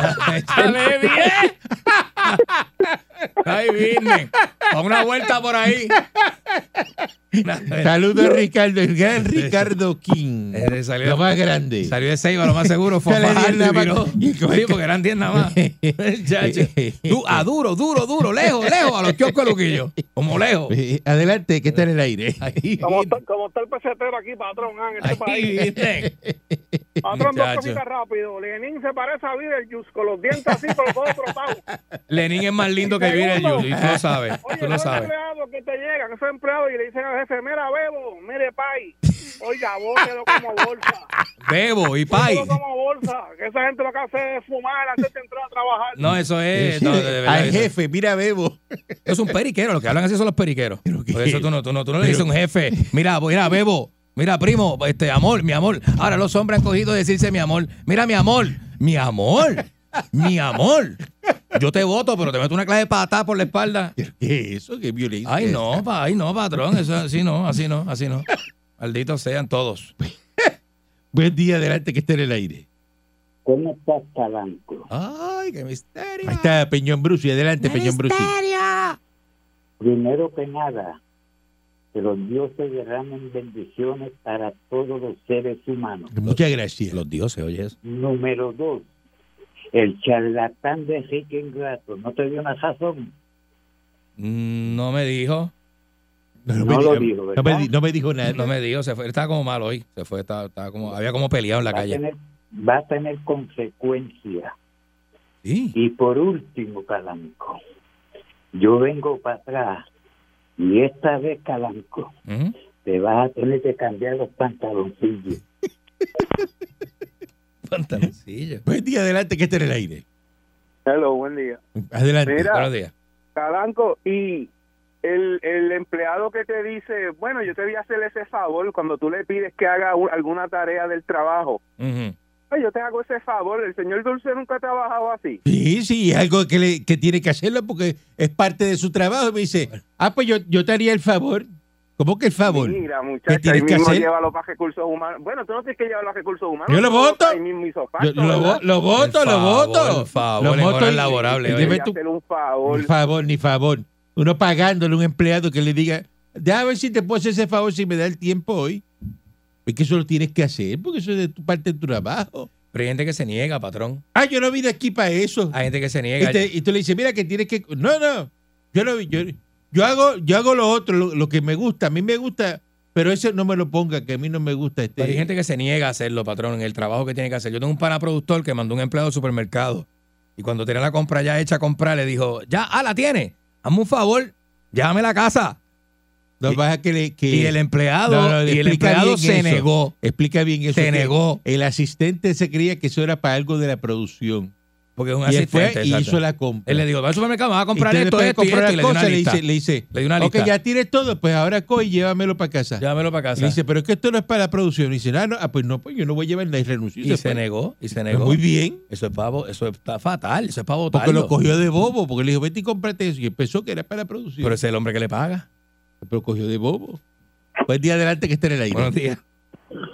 [SPEAKER 6] vas a echar 10
[SPEAKER 4] ¡Échale
[SPEAKER 6] pesos?
[SPEAKER 4] bien! ¡Ay, vine! A una vuelta por ahí.
[SPEAKER 3] Saludos, Ricardo. El gran Ricardo King.
[SPEAKER 4] Eh, salió-
[SPEAKER 3] lo más grande.
[SPEAKER 4] Salió de Seiba, lo más seguro. Fue a
[SPEAKER 3] Échale
[SPEAKER 4] Fajardo
[SPEAKER 3] diez
[SPEAKER 4] y
[SPEAKER 3] nada
[SPEAKER 4] viró.
[SPEAKER 3] más.
[SPEAKER 4] Sí, porque eran 10 nada más. Chacho. Du- a duro, duro, duro. Lejos, lejos. A los kioscos de Luquillo. Como lejos.
[SPEAKER 3] Eh, Adelante, que está en el aire.
[SPEAKER 4] Ahí,
[SPEAKER 7] Como está, como está el pesetero aquí, patrón, ah, en este
[SPEAKER 4] ahí,
[SPEAKER 7] país.
[SPEAKER 4] viste.
[SPEAKER 7] Patrón, dos
[SPEAKER 4] muchacho.
[SPEAKER 7] cositas rápido. Lenin se parece a Beetlejuice con los dientes así, con los ojos frotados.
[SPEAKER 4] Lenín es más lindo que viene y tú lo sabes.
[SPEAKER 7] Oye,
[SPEAKER 4] Tú lo
[SPEAKER 7] los
[SPEAKER 4] sabes.
[SPEAKER 7] empleados que te llegan, esos empleados, y le dicen al jefe, mira, bebo, mire, pay. Oiga, bótelo como bolsa.
[SPEAKER 4] Bebo y pay.
[SPEAKER 7] Bótelo como bolsa. Que esa gente lo que hace es fumar antes de entrar a trabajar.
[SPEAKER 4] No, eso es.
[SPEAKER 3] Sí,
[SPEAKER 4] no, de- de verdad,
[SPEAKER 3] al
[SPEAKER 4] eso-
[SPEAKER 3] jefe, mira, Bebo.
[SPEAKER 4] Es un periquero, los que hablan así son los periqueros.
[SPEAKER 3] Eh, ¿Pero qué?
[SPEAKER 4] Por eso tú no, tú no, tú no le dices a un jefe, mira, bo- mira, bebo, mira, primo, este amor, mi amor. Ahora los hombres han cogido decirse mi amor, mira, mi amor, mi amor, mi amor. Yo te voto, pero te meto una clase de patada por la espalda.
[SPEAKER 3] ¿Pero ¿Qué es eso? ¿Qué violencia?
[SPEAKER 4] Ay, no, pa, ay, no, patrón, eso así no, así no, así no. Malditos sean todos.
[SPEAKER 3] Buen día, adelante, que está en el aire.
[SPEAKER 8] ¿Cómo estás, Calanco?
[SPEAKER 4] Ay, qué misterio.
[SPEAKER 3] Ahí está Peñón Brusi, adelante, Peñón Brusi.
[SPEAKER 8] Primero que nada, que los dioses derramen bendiciones para todos los seres humanos.
[SPEAKER 3] Muchas gracias.
[SPEAKER 4] Los dioses, oye eso.
[SPEAKER 8] Número dos, el charlatán de Enrique Ingrato. ¿No te dio una razón?
[SPEAKER 4] Mm, No me dijo,
[SPEAKER 8] No,
[SPEAKER 3] me
[SPEAKER 8] lo
[SPEAKER 3] di-
[SPEAKER 8] dijo,
[SPEAKER 3] no
[SPEAKER 8] ¿verdad?
[SPEAKER 3] me, di- no me dijo nada.
[SPEAKER 4] no me dijo, se fue, él estaba como mal hoy, se fue, estaba, estaba como, había como peleado en la
[SPEAKER 8] va, a
[SPEAKER 4] calle.
[SPEAKER 8] tener, va a tener consecuencias.
[SPEAKER 4] Sí.
[SPEAKER 8] Y por último, Calanco, yo vengo para atrás y esta vez, Calanco,
[SPEAKER 4] Ujú.
[SPEAKER 8] te vas a tener que cambiar los pantaloncillos.
[SPEAKER 4] Pantaloncillo.
[SPEAKER 3] Buen día, adelante, que está en el aire.
[SPEAKER 7] Hello, buen día.
[SPEAKER 3] Adelante.
[SPEAKER 7] Mira.
[SPEAKER 4] Buenos días.
[SPEAKER 7] Calanco, y el, el empleado que te dice, bueno, yo te voy a hacer ese favor cuando tú le pides que haga u- alguna tarea del trabajo.
[SPEAKER 4] Ujú.
[SPEAKER 7] Ay, yo te hago ese favor, el señor Dulce nunca ha trabajado así.
[SPEAKER 3] Sí, sí, es algo que, le- que tiene que hacerlo porque es parte de su trabajo. Y me dice, ah, pues yo, yo te haría el favor. ¿Cómo que el favor?
[SPEAKER 7] Mira,
[SPEAKER 3] ¿Qué
[SPEAKER 7] muchacha, ahí
[SPEAKER 3] tienes que
[SPEAKER 7] mismo
[SPEAKER 3] hacer?
[SPEAKER 7] llévalo para recursos humanos. Bueno, tú no tienes que llevar los recursos humanos.
[SPEAKER 3] Yo lo
[SPEAKER 7] tú lo
[SPEAKER 3] voto.
[SPEAKER 7] Ahí mismo hizo
[SPEAKER 3] Yo-
[SPEAKER 7] facto,
[SPEAKER 3] lo,
[SPEAKER 7] ¿verdad?
[SPEAKER 3] vo- lo voto,
[SPEAKER 4] El
[SPEAKER 3] lo
[SPEAKER 4] favor,
[SPEAKER 3] voto.
[SPEAKER 4] el favor,
[SPEAKER 3] lo
[SPEAKER 4] en
[SPEAKER 3] voto
[SPEAKER 4] horas
[SPEAKER 3] y-
[SPEAKER 4] laborables,
[SPEAKER 3] y
[SPEAKER 4] oye.
[SPEAKER 3] deme
[SPEAKER 7] Voy a
[SPEAKER 3] tu-
[SPEAKER 7] hacer un favor.
[SPEAKER 3] Ni favor, ni favor. Uno pagándole a un empleado que le diga, déjame ver si te puedo hacer ese favor si me da el tiempo hoy. Es que eso lo tienes que hacer porque eso es de tu parte de tu trabajo.
[SPEAKER 4] Pero hay gente que se niega, patrón.
[SPEAKER 3] Ah, yo no vine aquí para eso.
[SPEAKER 4] Hay gente que se
[SPEAKER 3] Y,
[SPEAKER 4] niega.
[SPEAKER 3] te- y tú le dices, mira que tienes que... No, no, yo, no, yo, yo, hago, yo hago lo otro, lo, lo que me gusta. A mí me gusta, pero ese no me lo ponga, que a mí no me gusta este...
[SPEAKER 4] Pero hay gente que se niega a hacerlo, patrón, en el trabajo que tiene que hacer. Yo tengo un pana productor que mandó un empleado al supermercado y cuando tenía la compra ya hecha a comprar, le dijo, ya, ah, la tiene. Hazme un favor, llámame a la casa.
[SPEAKER 3] No, vas a que le- que-
[SPEAKER 4] Y el em- empleado,
[SPEAKER 3] No, no,
[SPEAKER 4] y el
[SPEAKER 3] explica
[SPEAKER 4] empleado
[SPEAKER 3] bien
[SPEAKER 4] se
[SPEAKER 3] eso.
[SPEAKER 4] negó.
[SPEAKER 3] Explica bien eso.
[SPEAKER 4] Se
[SPEAKER 3] que
[SPEAKER 4] negó.
[SPEAKER 3] El asistente se creía que eso era para algo de la producción.
[SPEAKER 4] Porque es un
[SPEAKER 3] Y él
[SPEAKER 4] asistente.
[SPEAKER 3] fue y
[SPEAKER 4] exacto.
[SPEAKER 3] hizo la compra.
[SPEAKER 4] Él le dijo, va al supermercado, vas a comprar
[SPEAKER 3] Y usted
[SPEAKER 4] esto,
[SPEAKER 3] después de
[SPEAKER 4] esto, y
[SPEAKER 3] comprar
[SPEAKER 4] esto", y le dio
[SPEAKER 3] las
[SPEAKER 4] una
[SPEAKER 3] cosas, le
[SPEAKER 4] lista.
[SPEAKER 3] dice, le dice,
[SPEAKER 4] Le dio una
[SPEAKER 3] ok,
[SPEAKER 4] lista.
[SPEAKER 3] ya tires todo, pues ahora coge y llévamelo para casa.
[SPEAKER 4] Llévamelo para
[SPEAKER 3] Y
[SPEAKER 4] casa.
[SPEAKER 3] le dice, pero es que esto no es para la producción. Y dice, ah, no, ah, pues no, pues yo no voy a llevar nada. Y renunció.
[SPEAKER 4] y se
[SPEAKER 3] fue.
[SPEAKER 4] negó, y se
[SPEAKER 3] Pues
[SPEAKER 4] negó.
[SPEAKER 3] Muy bien.
[SPEAKER 4] Eso es pavo, eso está fatal, eso es pavo
[SPEAKER 3] Porque lo cogió de bobo, porque le dijo, vete y cómprate eso. Y pensó que era para producir.
[SPEAKER 4] Pero
[SPEAKER 3] Pero,
[SPEAKER 4] ese es el hombre que le paga.
[SPEAKER 3] cogió de bobo. Buen día adelante que esté en el aire.
[SPEAKER 4] Buenos días.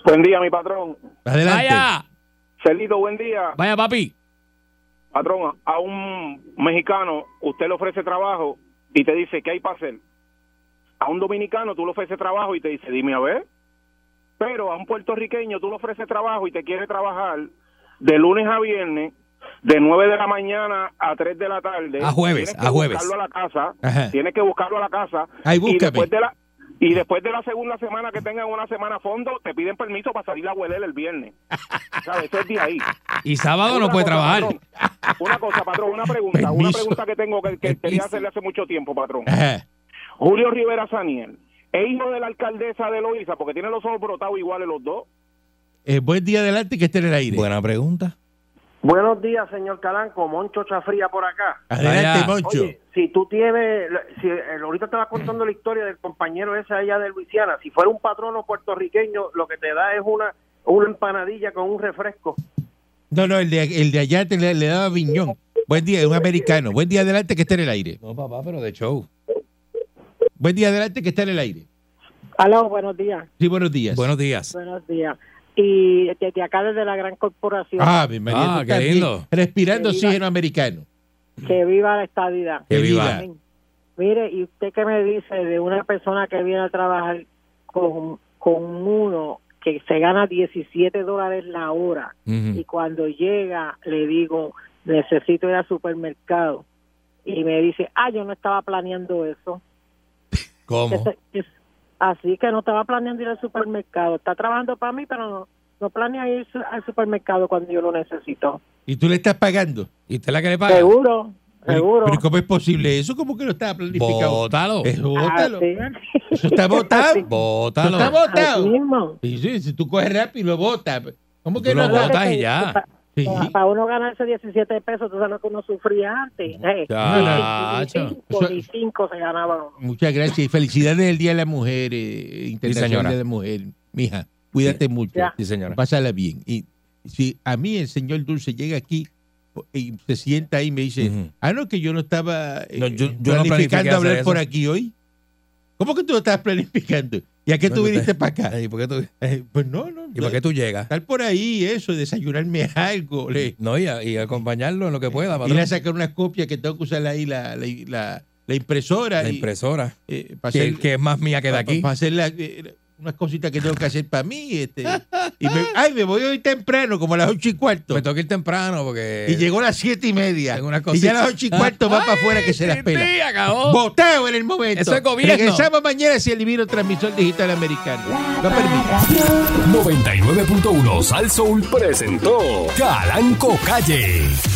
[SPEAKER 7] Buen día, mi patrón.
[SPEAKER 3] Adelante.
[SPEAKER 4] Vaya,
[SPEAKER 7] Celito, buen día.
[SPEAKER 4] vaya papi.
[SPEAKER 7] Patrón, a un mexicano usted le ofrece trabajo y te dice, ¿qué hay para hacer? A un dominicano tú le ofreces trabajo y te dice, dime a ver. Pero a un puertorriqueño tú le ofreces trabajo y te quiere trabajar de lunes a viernes, de 9 de la mañana a 3 de la tarde.
[SPEAKER 4] A jueves,
[SPEAKER 7] Tienes que
[SPEAKER 4] a jueves.
[SPEAKER 7] Buscarlo a la casa,
[SPEAKER 3] Ajá.
[SPEAKER 7] tienes que buscarlo a la casa.
[SPEAKER 3] Ahí,
[SPEAKER 7] Y
[SPEAKER 3] búscame.
[SPEAKER 7] después de la... Y después de la segunda semana que tengan una semana a fondo, te piden permiso para salir a hueler el viernes. ¿Sabes? Eso es de ahí.
[SPEAKER 4] Y sábado Ah, no
[SPEAKER 7] Una
[SPEAKER 4] puede
[SPEAKER 7] cosa,
[SPEAKER 4] trabajar.
[SPEAKER 7] patrón. una cosa, patrón, una pregunta, una
[SPEAKER 4] Permiso.
[SPEAKER 7] pregunta que tengo que, que quería
[SPEAKER 4] Permiso.
[SPEAKER 7] hacerle hace mucho tiempo, patrón.
[SPEAKER 3] Ajá.
[SPEAKER 7] Julio Rivera Saniel, es hijo de la alcaldesa de Loíza, porque tiene los ojos brotados iguales los dos.
[SPEAKER 3] Eh, buen día adelante que esté en el aire.
[SPEAKER 4] Buena pregunta.
[SPEAKER 9] Buenos días, señor Calanco. Moncho Chafría por acá.
[SPEAKER 3] adelante,
[SPEAKER 4] Vaya.
[SPEAKER 3] Moncho.
[SPEAKER 9] Oye, si tú tienes, si eh, ahorita te vas contando la historia del compañero ese allá de Luisiana, si fuera un patrono puertorriqueño, lo que te da es una una empanadilla con un refresco.
[SPEAKER 3] No, no, el de, el de allá te le, le daba viñón. Buen día, un americano. Buen día adelante que esté en el aire.
[SPEAKER 4] No, papá, pero de show.
[SPEAKER 3] Buen día adelante que esté en el aire.
[SPEAKER 10] Aló, buenos días,
[SPEAKER 3] Sí, buenos días.
[SPEAKER 4] Buenos días.
[SPEAKER 10] buenos días. Y desde acá, desde la gran corporación,
[SPEAKER 3] Ah, mi marido
[SPEAKER 4] Ah,
[SPEAKER 3] está
[SPEAKER 4] qué
[SPEAKER 3] aquí
[SPEAKER 4] lindo.
[SPEAKER 3] Respirando
[SPEAKER 10] Que viva.
[SPEAKER 3] oxígeno americano.
[SPEAKER 10] que viva la estadidad.
[SPEAKER 4] Que
[SPEAKER 3] Querida.
[SPEAKER 4] viva.
[SPEAKER 10] Mire, ¿y usted qué me dice de una persona que viene a trabajar con, con uno que se gana 17 dólares la hora
[SPEAKER 4] Ujú.
[SPEAKER 10] y cuando llega le digo, necesito ir al supermercado? Y me dice, ah, yo no estaba planeando eso.
[SPEAKER 4] ¿Cómo?
[SPEAKER 10] Ese- es- Así que no estaba planeando ir al supermercado. Está trabajando para mí, pero no, no planea ir su- al supermercado cuando yo lo necesito.
[SPEAKER 3] Y tú le estás pagando.
[SPEAKER 4] ¿Y usted la que le paga?
[SPEAKER 10] Seguro,
[SPEAKER 3] Pero-
[SPEAKER 10] seguro.
[SPEAKER 3] Pero ¿cómo es posible eso? ¿Cómo que no estaba planificado?
[SPEAKER 4] Bótalo. Ah,
[SPEAKER 3] Eso, bótalo.
[SPEAKER 10] Así-
[SPEAKER 3] Eso está botado. Eso
[SPEAKER 4] Bótalo.
[SPEAKER 3] está
[SPEAKER 10] así
[SPEAKER 3] botado.
[SPEAKER 10] mismo.
[SPEAKER 3] Sí, sí, si tú coges rápido y lo botas. ¿Cómo que
[SPEAKER 4] Tú
[SPEAKER 3] no?
[SPEAKER 4] lo
[SPEAKER 10] Lo que
[SPEAKER 3] está?
[SPEAKER 4] botas
[SPEAKER 10] te
[SPEAKER 4] y ya.
[SPEAKER 10] digo,
[SPEAKER 3] Sí.
[SPEAKER 10] pa- Para uno ganarse 17 pesos, tú sabes lo que uno sufría antes. eh.
[SPEAKER 4] Chacho.
[SPEAKER 10] Ni cinco, ni cinco se ganaban.
[SPEAKER 3] Muchas gracias y felicidades del Día de la Mujer, eh, Internacional
[SPEAKER 4] señora.
[SPEAKER 3] Día de la Mujer. Mija, cuídate mucho,
[SPEAKER 10] Ya.
[SPEAKER 4] Sí, señora.
[SPEAKER 3] pásala bien. Y si a mí el señor Dulce llega aquí y se sienta ahí y me dice,
[SPEAKER 4] Ujú.
[SPEAKER 3] ah, no, que yo no estaba eh,
[SPEAKER 4] No, yo- yo no planifiqué
[SPEAKER 3] planificando
[SPEAKER 4] hacer
[SPEAKER 3] hablar
[SPEAKER 4] eso.
[SPEAKER 3] por aquí hoy. ¿Cómo que tú no estabas planificando? ¿Y a qué
[SPEAKER 4] No,
[SPEAKER 3] tú
[SPEAKER 4] no te-
[SPEAKER 3] viniste para acá?
[SPEAKER 4] Ey, ¿por qué tú-
[SPEAKER 3] Eh, pues no, no.
[SPEAKER 4] ¿Y por qué tú llegas?
[SPEAKER 3] Estar por ahí, eso, desayunarme algo. le-
[SPEAKER 4] No, y, a- y acompañarlo en lo que pueda.
[SPEAKER 3] ir
[SPEAKER 4] patrón.
[SPEAKER 3] a sacar unas copias que tengo que usar ahí la, la, la- la impresora.
[SPEAKER 4] La
[SPEAKER 3] y,
[SPEAKER 4] impresora.
[SPEAKER 3] eh, para
[SPEAKER 4] Que,
[SPEAKER 3] hacer-
[SPEAKER 4] que es más mía que de aquí.
[SPEAKER 3] Para hacer la- eh, unas cositas que tengo que hacer para mí. Este, y me, ay, me voy hoy temprano, como a las ocho y cuarto.
[SPEAKER 4] Me toca ir temprano porque.
[SPEAKER 3] Y llegó a las siete y media.
[SPEAKER 4] Pues, eh, Tengo unas
[SPEAKER 3] Y ya a
[SPEAKER 4] cositas.
[SPEAKER 3] las ocho y cuarto va
[SPEAKER 4] Ay,
[SPEAKER 3] para afuera que se las
[SPEAKER 4] sí,
[SPEAKER 3] pela.
[SPEAKER 4] sí, acabó.
[SPEAKER 3] Votado en el momento.
[SPEAKER 4] Eso es gobierno.
[SPEAKER 3] Regresamos mañana si elimino transmisor digital americano. No permite.
[SPEAKER 1] 99.1 Sal Soul presentó Calanco Calle.